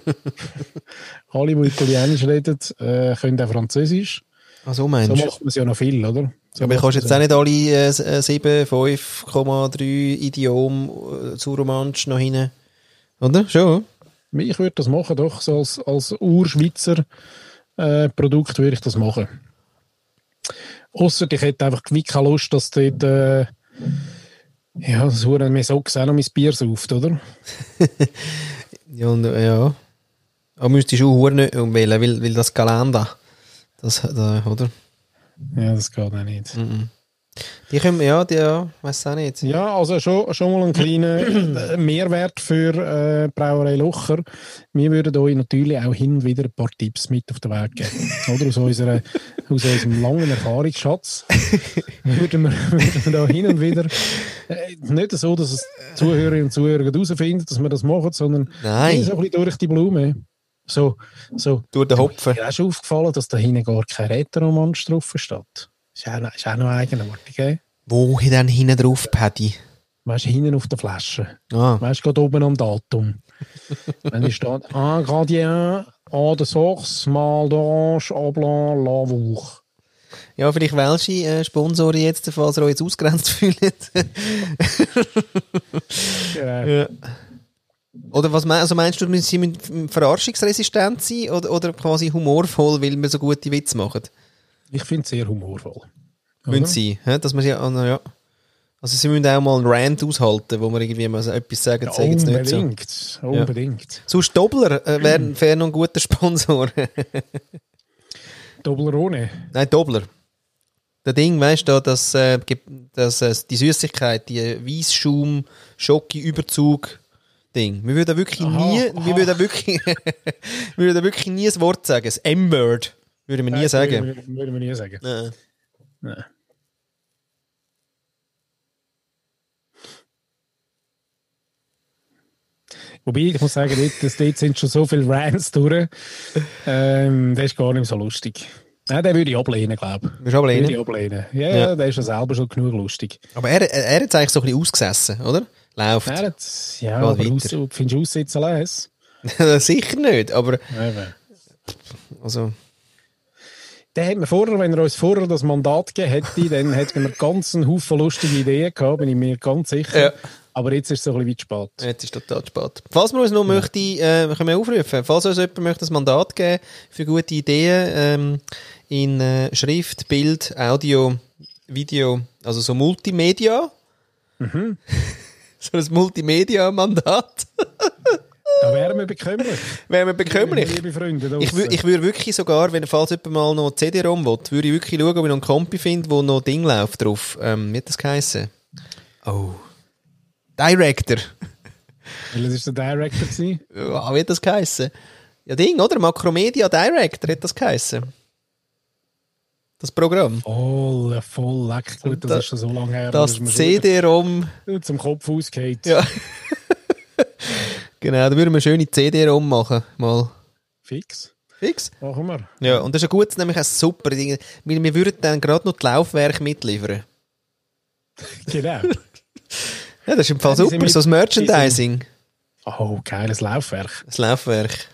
B: alle, die Italienisch reden, äh, können auch Französisch.
A: Ah, so
B: So
A: meinst du?
B: macht man es ja noch viel, oder? So
A: Aber du
B: macht
A: kannst
B: man's
A: jetzt auch nicht alle äh, s- äh, 7, 5,3 Idiom äh, zu Romansch noch hin. Oder? Schon?
B: Ich würde das machen, doch. So als, als Urschweizer äh, Produkt würde ich das machen. Außer ich hätte einfach wie keine Lust, dass dort, äh, ja, das Huren mir so auch noch mein Bier sauft, oder?
A: Ja, und, äh, ja. Aber müsstest du auch nicht umwählen, weil, weil das Kalender, das, da, oder?
B: Ja, das geht auch nicht.
A: Die können, ja, die, ja, weiss auch nicht.
B: Ja, also schon, schon mal ein kleiner Mehrwert für äh, Brauerei Locher. Wir würden euch natürlich auch hin und wieder ein paar Tipps mit auf den Weg geben. Oder aus, unserer, aus unserem langen Erfahrungsschatz würden wir, würden wir da hin und wieder äh, nicht so, dass es Zuhörerinnen und Zuhörer herausfinden, dass wir das machen, sondern
A: Nein.
B: so ein bisschen durch die Blume. So, so.
A: Durch den Hopfen.
B: Ist dir auch schon aufgefallen, dass da hinten gar kein Rätoromansch drauf steht? Ist auch, noch- ist auch noch eigenartig, gell?
A: Wo denn hinten drauf, Paddy?
B: Weißt du, hinten auf der Flasche.
A: Ah,
B: Weißt du, gerade oben am Datum. Wenn ich ah, steht, un gradient, an der Source, mal d'Orange, Ablan, la Wuch.
A: ja, vielleicht welche äh, Sponsoren jetzt, falls ihr euch jetzt ausgrenzt fühlt.
B: Genau.
A: oder was meinst, also meinst du, müssen sie müssen verarschungsresistent sein oder, oder quasi humorvoll, weil wir so gute Witze machen?
B: Ich finde es sehr humorvoll.
A: Müssen sie, hä? dass man sie, ah, na ja. Also sie müssen auch mal einen Rant aushalten, wo man irgendwie mal so etwas sagen, sagen jetzt nicht so.
B: unbedingt. Unbedingt.
A: Sonst Doppler äh,
B: Mhm.
A: wäre wär noch ein guter Sponsor.
B: Doppelrone.
A: Nein, Doppler. der Ding, weißt du, da, dass, äh, gibt- dass äh, die Süßigkeit, die Weissschaum, Schoki, Überzug, Ding. Wir würden wirklich
B: Aha,
A: nie, wir
B: aha.
A: würden wirklich, wir würden wirklich nie ein Wort sagen. Das M-Word würde
B: Äh,
A: man nie sagen.
B: Würde, würde man nie sagen.
A: Nein.
B: Nein. Wobei, ich muss sagen, dort, das- dort sind schon so viele Rants durch. Ähm, der ist gar nicht mehr so lustig. Nein, den würde ich ablehnen, glaube ich.
A: Würdest du ablehnen?
B: Würde ich ablehnen. Ja, ja,
A: Ja.
B: der ist ja selber schon genug lustig.
A: Aber er, er, er hat es eigentlich so ein bisschen ausgesessen, oder? Läuft.
B: Nein, das, ja,
A: Geht
B: aber
A: weiter.
B: aus, findest du aussitzen lassen?
A: Sicher nicht, aber
B: Eben.
A: also,
B: Der hat mir vorher, wenn er uns vorher das Mandat gegeben hätte, dann hätten wir ganz einen Haufen lustige Ideen gehabt, bin ich mir ganz sicher.
A: Ja.
B: Aber jetzt ist es so ein bisschen weit spät.
A: jetzt ist total spät. Falls man uns noch möchte, äh, können wir aufrufen, falls uns jemand möchte ein Mandat geben für gute Ideen ähm, in äh, Schrift, Bild, Audio, Video, also so Multimedia. so ein Multimedia-Mandat
B: Da wären wir bekömmlich.
A: wäre mir bekömmlich.
B: Liebe Freunde da
A: Ich, wür-
B: draussen.
A: ich würde wirklich sogar, wenn falls jemand mal noch CD-ROM will, würde ich wirklich schauen, ob ich noch einen Kompi finde, wo noch Ding läuft drauf. Ähm, wie hat das geheissen? Oh. Director.
B: Weil es ist der Director gewesen.
A: Ja, wie hat das geheissen? Ja, Ding, oder? Macromedia Director hat das geheissen. Das Programm.
B: Voll, voll leck. Gut, das
A: Da-
B: ist schon so lange her.
A: Das
B: ist mir
A: CD-ROM.
B: schon zum Kopf ausgeht.
A: Ja. Genau, da würden wir schöne CD-ROM machen. Mal.
B: Fix.
A: Fix.
B: Machen wir.
A: Ja, und das ist ein gutes, nämlich ein super Ding. Wir, wir würden dann gerade noch die Laufwerke mitliefern.
B: Genau.
A: Ja, das ist im Fall
B: Ja, die sind
A: super.
B: mit-
A: So das Merchandising.
B: Oh, geiles Laufwerk.
A: Das Laufwerk.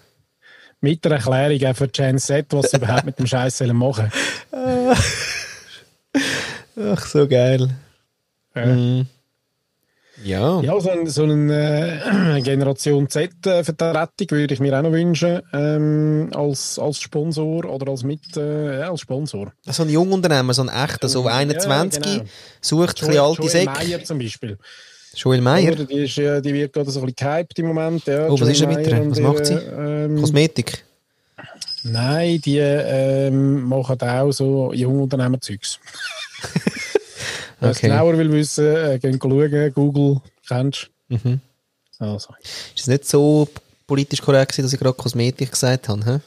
B: Mit der Erklärung auch für Gen Z, was sie überhaupt mit dem Scheiß sollen machen.
A: Ach, so geil.
B: Äh,
A: Mhm. Ja.
B: Ja, so, ein, so eine äh, Generation äh, Z-Vertretung würde ich mir auch noch wünschen, ähm, als, als Sponsor oder als Mit, äh, ja, als Sponsor.
A: So ein Jungunternehmer, so ein echter, so
B: Ja,
A: 21,
B: genau.
A: sucht ein bisschen alte
B: Joel
A: Säcke.
B: Meyer zum Beispiel.
A: Joel Meyer,
B: Oder die, ist, ja- die wird gerade so ein bisschen gehypt im Moment. Ja,
A: Oh, was
B: Joel
A: ist denn mit
B: Meyer
A: ihr?
B: und
A: Was macht sie?
B: ihre, Ähm,
A: Kosmetik.
B: nein, die ähm, machen auch so Jungunternehmer-Zeugs. Wenn okay.
A: Okay.
B: genauer will wissen, äh, gehen schauen, Google, kennst
A: Mhm.
B: du. Also,
A: Ist es nicht so politisch korrekt gewesen, dass ich gerade Kosmetik gesagt habe? He?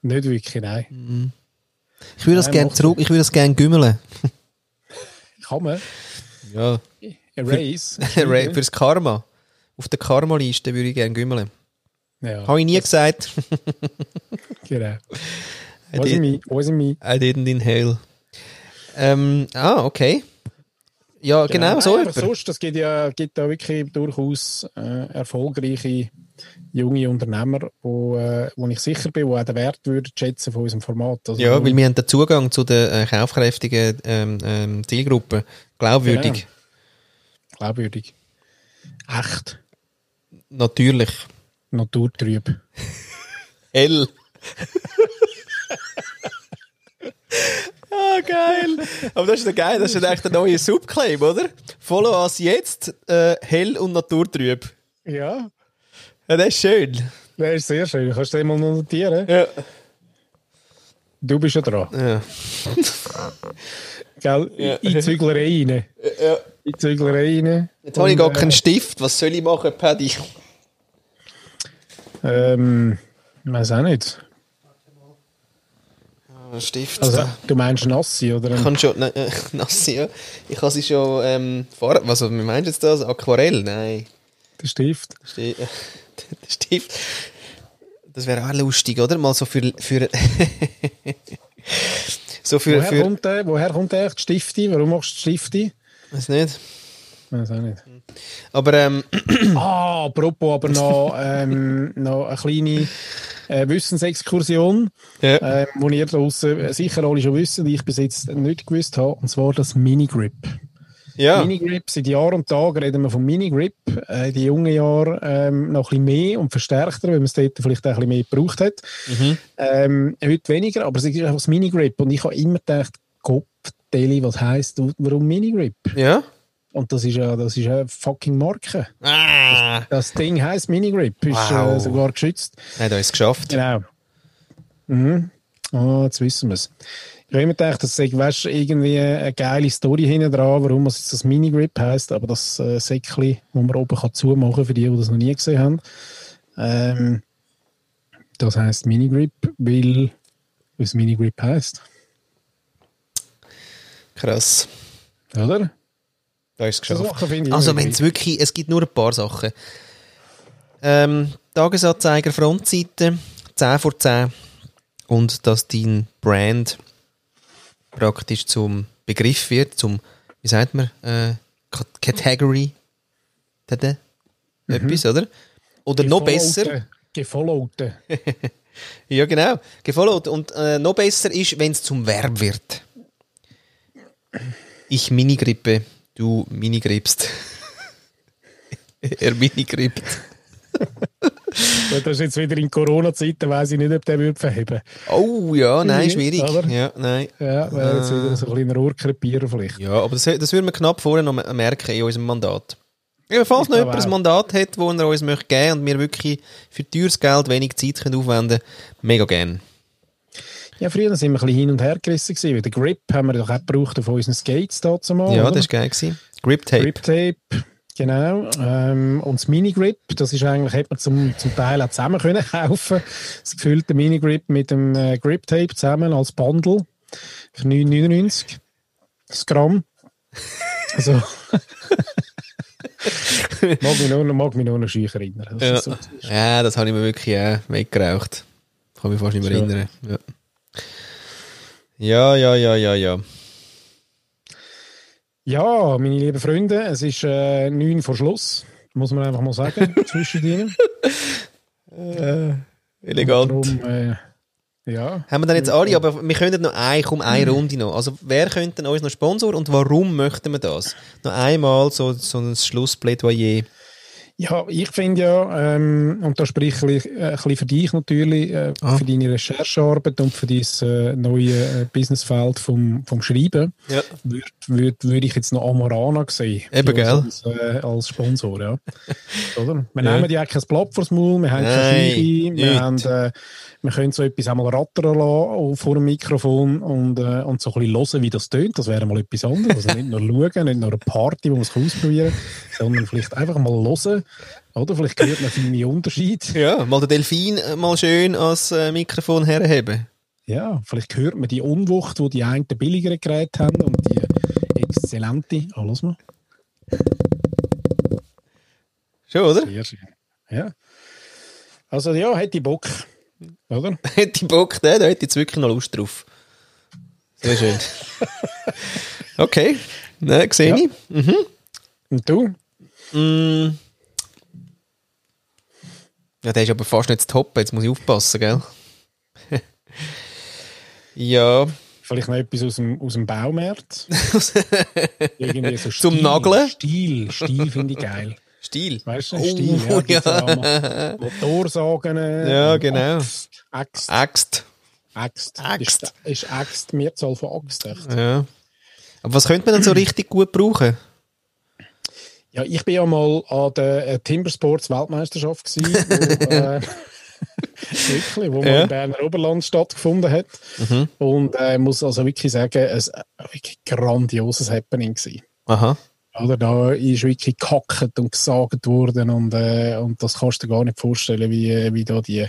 B: nicht wirklich, nein.
A: Ich würde das
B: Nein,
A: gerne
B: macht
A: zurück, ich würde das gerne gümmeln.
B: Kann man.
A: Ja.
B: Erase.
A: Ray, Fürs Karma. Auf der Karma-Liste würde ich gerne gümmeln.
B: ja,
A: Habe ich nie gesagt.
B: genau.
A: I,
B: Was ich
A: did,
B: mich, was ich mich.
A: I didn't inhale. Ähm, ah, okay. Ja, genau, so
B: Nein, aber
A: jemand.
B: sonst, das gibt ja gibt da wirklich durchaus äh, erfolgreiche junge Unternehmer, wo, äh, wo ich sicher bin, die auch den Wert würden schätzen von unserem Format. Also,
A: Ja, weil wir haben den Zugang zu der äh, kaufkräftigen ähm, ähm, Zielgruppe. Glaubwürdig.
B: glaubwürdig. Echt.
A: Genau. Natürlich.
B: Naturtrüb.
A: L. Ah, geil. Aber das ist ja geil, das ist ja echt der neue Subclaim, oder? Follow us jetzt, äh, hell und naturtrüb.
B: Ja,
A: Ja, das ist schön.
B: das ist sehr schön. Kannst du den mal notieren?
A: Ja.
B: Du bist ja dran.
A: Ja.
B: Gell?
A: Ja.
B: In die Züglerei rein. In die Züglerei rein.
A: Jetzt habe ich gar
B: Und,
A: keinen Stift. Was soll ich machen, Paddy?
B: äh, Ähm, ich weiß auch nicht.
A: Stift.
B: Also, du meinst Nassi oder
A: Ich
B: ein
A: kann schon, nein, äh, nass, ja. Ich habe sie schon, ähm, vor, was, wie meinst du jetzt das? Aquarell? Nein.
B: Stift?
A: Ste äh, der Stift. Das wäre auch lustig, oder? Mal so für, für, so für,
B: Woher
A: für,
B: kommt, der, woher kommt der die Stifte? Warum machst du die Stifte?
A: weiß nicht.
B: Weiß auch nicht.
A: Mhm. Aber, ähm,
B: Ah, apropos aber noch, ähm, noch eine kleine äh, Wissensexkursion,
A: ja.
B: äh, wo ihr draußen sicher alle schon wissen, die ich bis jetzt nicht gewusst habe, und zwar das Minigrip. Äh,
A: ja.
B: Minigrip, seit Jahr und Tag reden wir von Minigrip, äh, die jungen Jahre ähm, noch ein bisschen mehr und verstärkter, weil man es dort vielleicht auch ein bisschen mehr gebraucht hat. Ähm, heute weniger, aber es ist einfach das Minigrip und ich habe immer gedacht, Kopf, Deli, was heisst, warum Minigrip?
A: Ja.
B: Und das ist ja, das ist eine fucking Marke.
A: Ah.
B: Das Ding heißt Minigrip, ist
A: Wow.
B: äh, sogar geschützt.
A: Nein, da ist es geschafft.
B: Genau. Mhm. Ah, jetzt wissen wir es. Ich habe immer gedacht, das sei, weißt, irgendwie eine geile Story hinten dran, warum es jetzt das Mini-Grip heisst, aber das äh, Säckchen, das man oben kann zumachen kann, für die, die das noch nie gesehen haben, ähm, das heisst Mini-Grip, weil es Mini-Grip heisst.
A: Krass.
B: Oder?
A: Da ist es geschafft.
B: Sachen finde ich
A: Also
B: irgendwie-
A: wenn es wirklich, es gibt nur ein paar Sachen. Ähm, Tagesanzeiger Frontseite, 10 vor 10 und dass dein Brand praktisch zum Begriff wird, zum, wie sagt man, äh, K- Category, tada, etwas, oder? Oder noch
B: Gefollowte-
A: besser,
B: Gefollowte.
A: ja genau, gefollowt und äh, noch besser ist, wenn es zum Verb wird. Ich Minigrippe, du Minigripst. er Minigrippt.
B: Gut, Das ist jetzt wieder in Corona-Zeiten, weiß ich nicht, ob der würde verheben.
A: Oh ja, nein, schwierig.
B: Mhm, Aber-
A: Ja, nein.
B: Ja, wäre
A: Äh.
B: jetzt wieder so ein kleiner Ohrkrepierer vielleicht.
A: Ja, aber das, das würden wir knapp vorher noch merken in unserem Mandat. Ja, falls noch
B: glaube
A: jemand ein
B: auch.
A: Mandat hat, das er uns möchte geben und wir wirklich für teures Geld wenig Zeit können aufwenden können, mega gerne.
B: Ja, früher sind wir ein bisschen hin und her gerissen gewesen, weil den Grip haben wir doch auch gebraucht auf unseren Skates dazu mal.
A: ja,
B: Oh, oder?
A: das war geil. gewesen. Grip Tape.
B: Grip Tape, genau. Ähm, und das Mini-Grip, das ist eigentlich, hätte man zum, zum Teil auch zusammen können kaufen. Das gefüllte Mini-Grip mit dem äh, Grip Tape zusammen als Bundle für 9,99 das Gramm. Also. mag mich nur noch, mag mich nur noch schüch erinnern. Das
A: Ja.
B: ist so.
A: ja, das habe ich mir wirklich äh, weggeraucht. Kann mich fast nicht mehr
B: Ja.
A: erinnern. Ja, ja, ja, ja, ja. ja.
B: Ja, meine lieben Freunde, es ist äh, 9 vor Schluss, muss man einfach mal sagen, zwischen ihnen.
A: Elegant.
B: Drum, äh, ja.
A: Haben wir dann jetzt alle, aber wir könnten noch eine, komm, eine Runde noch. Also wer könnte denn uns noch Sponsor und warum möchten wir das? Noch einmal so, so ein Schlussplädoyer.
B: Ja, ich finde ja, ähm, und da spreche ich äh, ein bisschen für dich natürlich, äh,
A: Ah.
B: für deine Recherchearbeit und für dein äh, neue äh, Businessfeld vom, vom Schreiben,
A: Ja.
B: würde würd, würd ich jetzt noch Amorana sehen.
A: Eben, gell?
B: Als, äh, als Sponsor, ja. Oder? Wir
A: Ja.
B: nehmen ja kein Blatt vors Maul, wir haben
A: Nein,
B: keine Schreibe,
A: nicht.
B: wir, haben, äh, wir können so etwas einmal rattern lassen oh, vor dem Mikrofon und, äh, und so ein bisschen hören, wie das tönt. Das wäre mal etwas anderes. Also nicht nur schauen, nicht nur eine Party, wo man es ausprobieren kann, sondern vielleicht einfach mal hören. Oder vielleicht hört man feine Unterschiede.
A: ja, mal den Delfin äh, mal schön als äh, Mikrofon herheben.
B: Ja, vielleicht hört man die Unwucht, die die einen billigeren Geräte haben und die exzellente. Alles mal.
A: Schon, oder?
B: Sehr schön. Ja. Also ja, hätte ich Bock. Oder?
A: hätte ich Bock, ne? da hätte ich jetzt wirklich noch Lust drauf. Sehr schön. okay, ne, sehe
B: Ja.
A: ich.
B: Und du?
A: Mm. Ja, der ist aber fast nicht zu toppen, jetzt muss ich aufpassen, gell? ja,
B: Vielleicht noch etwas aus dem, aus dem Baumarkt. Irgendwie so
A: Zum
B: Stil.
A: Nageln?
B: Stil, Stil finde ich geil.
A: Stil.
B: Weißt du,
A: Oh,
B: Stil. Ja, gibt's
A: ja.
B: auch mal Motorsagen. äh,
A: Ja, genau.
B: Axt. Axt.
A: Axt.
B: Axt.
A: Axt.
B: Ist, ist Axt Mehrzahl von Axt? Echt?
A: Ja. Aber was könnte man denn so richtig gut brauchen?
B: Ja, ich bin ja mal an der äh, Timbersports Weltmeisterschaft gewesen, wo, äh, wirklich, wo
A: Ja.
B: mal im Berner Oberland stattgefunden hat. Und äh, muss also wirklich sagen, es war ein wirklich grandioses Happening. Gewesen.
A: Aha.
B: Oder da ist wirklich gehackt und gesagt worden und, äh, und das kannst du dir gar nicht vorstellen, wie, wie da die,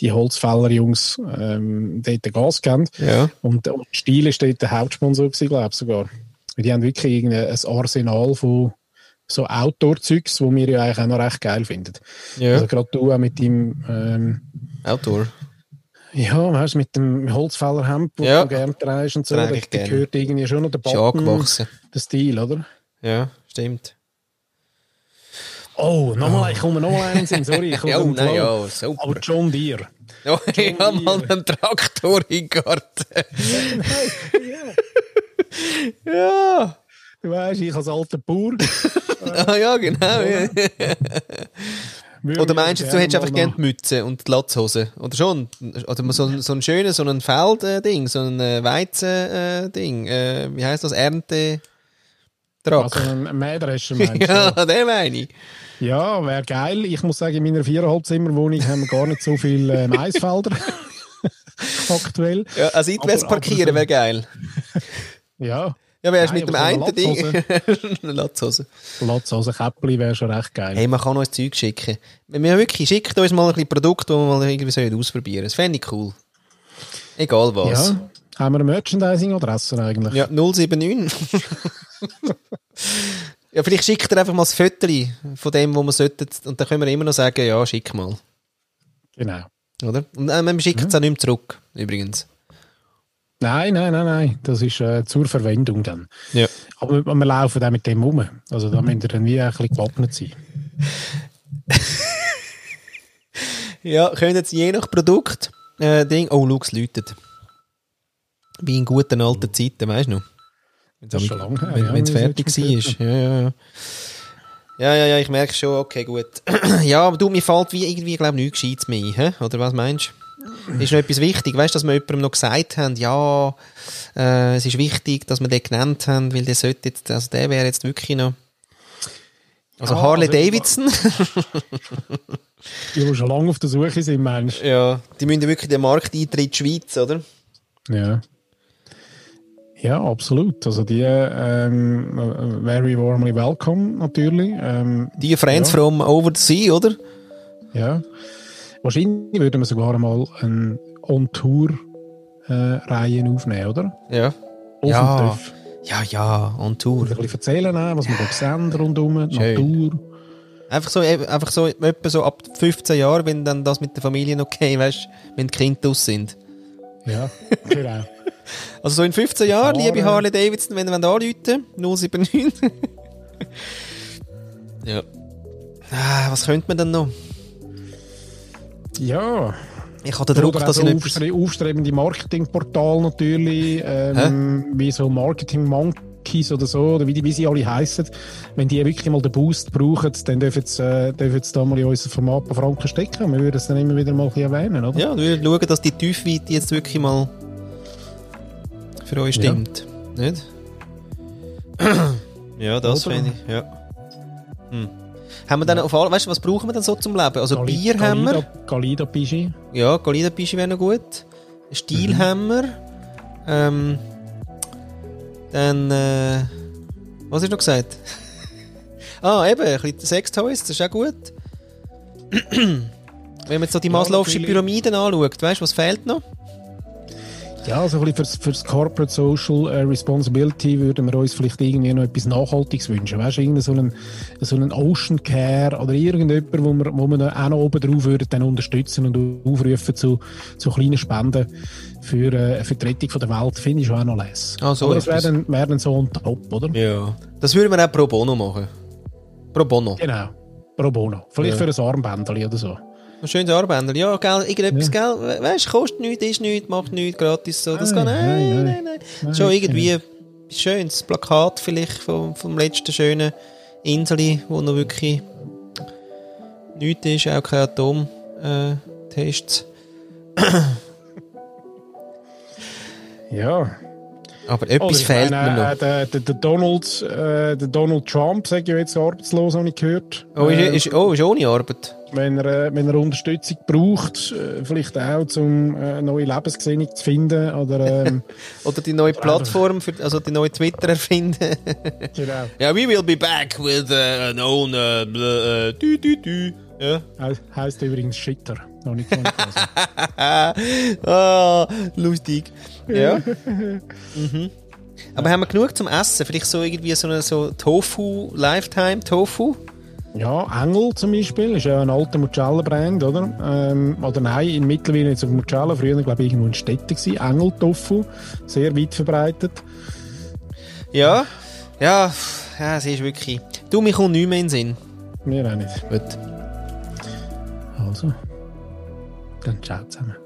B: die Holzfäller-Jungs ähm, dort Gas geben.
A: Ja.
B: Und, und Stiel ist dort der Hauptsponsor gewesen, glaube ich sogar. Weil die haben wirklich irgendein ein Arsenal von so Outdoor-Zeugs, wo wir ja eigentlich auch noch recht geil finden. Also gerade du auch mit dem, ähm,
A: Outdoor.
B: ja, weißt, du, mit dem Holzfällerhemd, wo
A: Ja.
B: du gerne trägst und so,
A: Trage
B: da
A: ich gerne.
B: gehört irgendwie schon noch der
A: Ist
B: Button,
A: angewachsen.
B: der Stil, oder?
A: Ja, stimmt.
B: Oh, nochmal, ich komme nochmal einen Sinn, sorry. Ich komme
A: Ja,
B: im
A: nein,
B: Flow.
A: ja, super.
B: Aber John Deere.
A: Ja, Oh, ich habe mal einen Traktor in den Garten. ja.
B: Du weißt, ich als alter Bauer.
A: Ah, ja, genau. Ja. Oder meinst du, du hättest einfach gerne die Mütze und die Latzhose? Oder schon? Oder so, so ein schönes, so ein Feld-Ding, so ein Weizen-Ding. Äh, wie heisst das? ernte
B: Also
A: -Truck.
B: einen Mähdrescher Also, meinst
A: Ja,
B: du?
A: den meine ich.
B: Ja, wäre geil. Ich muss sagen, in meiner viereinhalb Zimmerwohnung haben wir gar nicht so viele äh, Maisfelder. aktuell.
A: Ja, also seitwärts
B: Aber- aber
A: parkieren
B: so-
A: wäre geil.
B: Ja,
A: Ja, wärst
B: Nein,
A: mit dem
B: aber so
A: einen
B: eine
A: Ding. Eine Latzhose.
B: Latzhose Käppli wäre schon recht geil.
A: Hey, man kann uns Zeug schicken. Wenn wir wirklich schickt uns mal ein bisschen Produkte, die wir mal irgendwie sollen ausprobieren Das fände ich cool. Egal was.
B: ja. Haben wir eine Merchandising-Adresse eigentlich?
A: Ja, 079. ja, vielleicht schickt er einfach mal das Fötterli von dem, wo wir sollten. Und dann können wir immer noch sagen, ja, schick mal.
B: Genau.
A: Oder? Und äh, man schickt es auch nicht mehr zurück, übrigens.
B: Nein, nein, nein, nein. Das ist äh, zur Verwendung dann.
A: Ja.
B: Aber wir, wir laufen dann mit dem um. Also da müsst ihr dann wie ein bisschen gewappnet sein.
A: Ja, können jetzt je nach Produkt äh, Ding. Oh, schau, es läutet. Wie in guten alten Zeiten, weißt du noch?
B: Das ist schon lange her, ja,
A: Wenn es
B: wir
A: fertig
B: sollten
A: war. Ja, ja, ja. Ja, ja, ja, ich merke schon, okay, gut. ja, aber du, mir fällt wie irgendwie, glaube ich, nichts Gescheites mehr ein, hä? oder was meinst du? Ist noch etwas wichtig, weißt du, dass wir jemandem noch gesagt haben, ja, äh, es ist wichtig, dass wir den genannt haben, weil der sollte jetzt, also der wäre jetzt wirklich noch... Also
B: Ja,
A: Harley
B: also-
A: Davidson.
B: Die, die schon lange auf der Suche sind, meinst
A: ja, die müssen wirklich den Markteintritt in die Schweiz, oder?
B: du? Ja. Ja, absolut. Also die ähm, äh, very warmly welcome natürlich. Ähm,
A: Die Friends
B: Ja.
A: from Over the Sea, oder?
B: Ja. Wahrscheinlich würden wir sogar mal eine On-Tour-Reihe eh, aufnehmen, oder?
A: Ja.
B: Auf
A: Ja.
B: dem Töff.
A: Ja, ja, on Tour.
B: Und ein bisschen erzählen, auch, was wir da sehen rundum, die
A: Schön.
B: Natur.
A: Einfach so, eben- einfach so, etwa so ab 15 Jahren, wenn dann das mit der Familie noch okay, weißt wenn die Kinder draus sind.
B: Ja, genau.
A: Also so in 15 Jahren,
B: Fahren.
A: liebe Harley Davidson, wenn ihr wollt anrufen 079. ja. Ah, was könnte man denn noch?
B: Ja.
A: Ich habe den Druck,
B: Oder auch
A: dass
B: so
A: ich nicht...
B: aufstre aufstrebende Marketingportal natürlich, ähm, wie so Marketing Monkeys oder so, oder wie, die, wie sie alle heißen. Wenn die wirklich mal den Boost brauchen, dann dürfen sie, äh, dürfen sie da mal in unser Format bei Franken stecken. Wir würden es dann immer wieder mal ein bisschen erwähnen, oder?
A: Ja, und wir schauen, dass die Tiefweite jetzt wirklich mal für euch
B: Ja.
A: stimmt. Nicht? ja, das
B: Oder?
A: finde ich. Ja. Hm. Haben wir dann auf alle, weißt du, was brauchen wir denn so zum Leben? Also
B: Gali-
A: Bier haben wir.
B: Galida- Galida Pischi.
A: Ja, Galida Pischi wäre noch gut. Stiel haben wir. Ähm, dann, äh, was hast du noch gesagt? ah, eben, ein bisschen Sex Toys, das ist auch gut. Wenn man jetzt so die
B: Ja,
A: Maslow'sche
B: natürlich.
A: Pyramiden anschaut, weißt du, was fehlt noch?
B: Ja, so ein bisschen fürs, fürs Corporate Social äh, Responsibility würden wir uns vielleicht irgendwie noch etwas Nachhaltiges wünschen. Weißt du, irgendeinen so einen, so einen Ocean Care oder irgendjemand, wo wir, wo wir dann auch noch oben drauf würden dann unterstützen und aufrufen zu, zu kleinen Spenden für äh, eine Vertretung von der Welt, finde ich schon auch noch lässig.
A: Ah, so
B: Aber das wäre
A: etwas.
B: dann, wär dann so ein Top, oder?
A: Ja. Das würden wir auch pro bono machen. Pro bono.
B: Genau. Pro bono. Vielleicht
A: Ja.
B: für ein Armbändchen oder so.
A: Ein schönes Armbänder. Ja, gell, irgendetwas, gell, weißt, kostet nichts, ist nichts, macht nichts, gratis, so. Das
B: Nein,
A: kann, nein,
B: nein,
A: nein, nein. Schon irgendwie ein schönes Plakat vielleicht vom, vom letzten schönen Inseli, wo noch wirklich nichts ist, auch äh, keine Atomtests.
B: Ja.
A: Aber etwas
B: Oder Oh, ich
A: fehlt Oh,
B: meine,
A: mir noch.
B: äh, der, der, der, Donald, äh, der Donald Trump sagt ja jetzt arbeitslos, habe ich gehört.
A: oh,
B: Äh,
A: ist, ist, oh, ist ohne Arbeit.
B: wenn, er, äh, wenn er Unterstützung braucht, äh, vielleicht auch, um äh, neue Lebensgesinnung zu finden. Oder, ähm,
A: Oder die neue
B: einfach-
A: Plattform, für, also die neue Twitter erfinden.
B: genau.
A: Ja, we will be back with uh, an own. Uh, bl- uh, dü, dü, dü. Ja.
B: He heisst übrigens Shitter. Noch nicht ganz also.
A: ah, lustig. Ja. mhm. Aber haben wir genug zum Essen? Vielleicht so irgendwie so eine so Tofu, Lifetime Tofu?
B: Ja, Engel zum Beispiel ist ja ein alter Mucella-Brand, oder? Ähm, oder nein, in mittlerweile jetzt auf Mucella, früher glaube ich irgendwo in Städten gewesen. Engel-Tofu, sehr weit verbreitet.
A: Ja. Ja, pff, ja, es ist wirklich. Du, mir kommt nichts mehr in den Sinn.
B: Mir auch nicht.
A: Gut.
B: Also, dann ciao zusammen.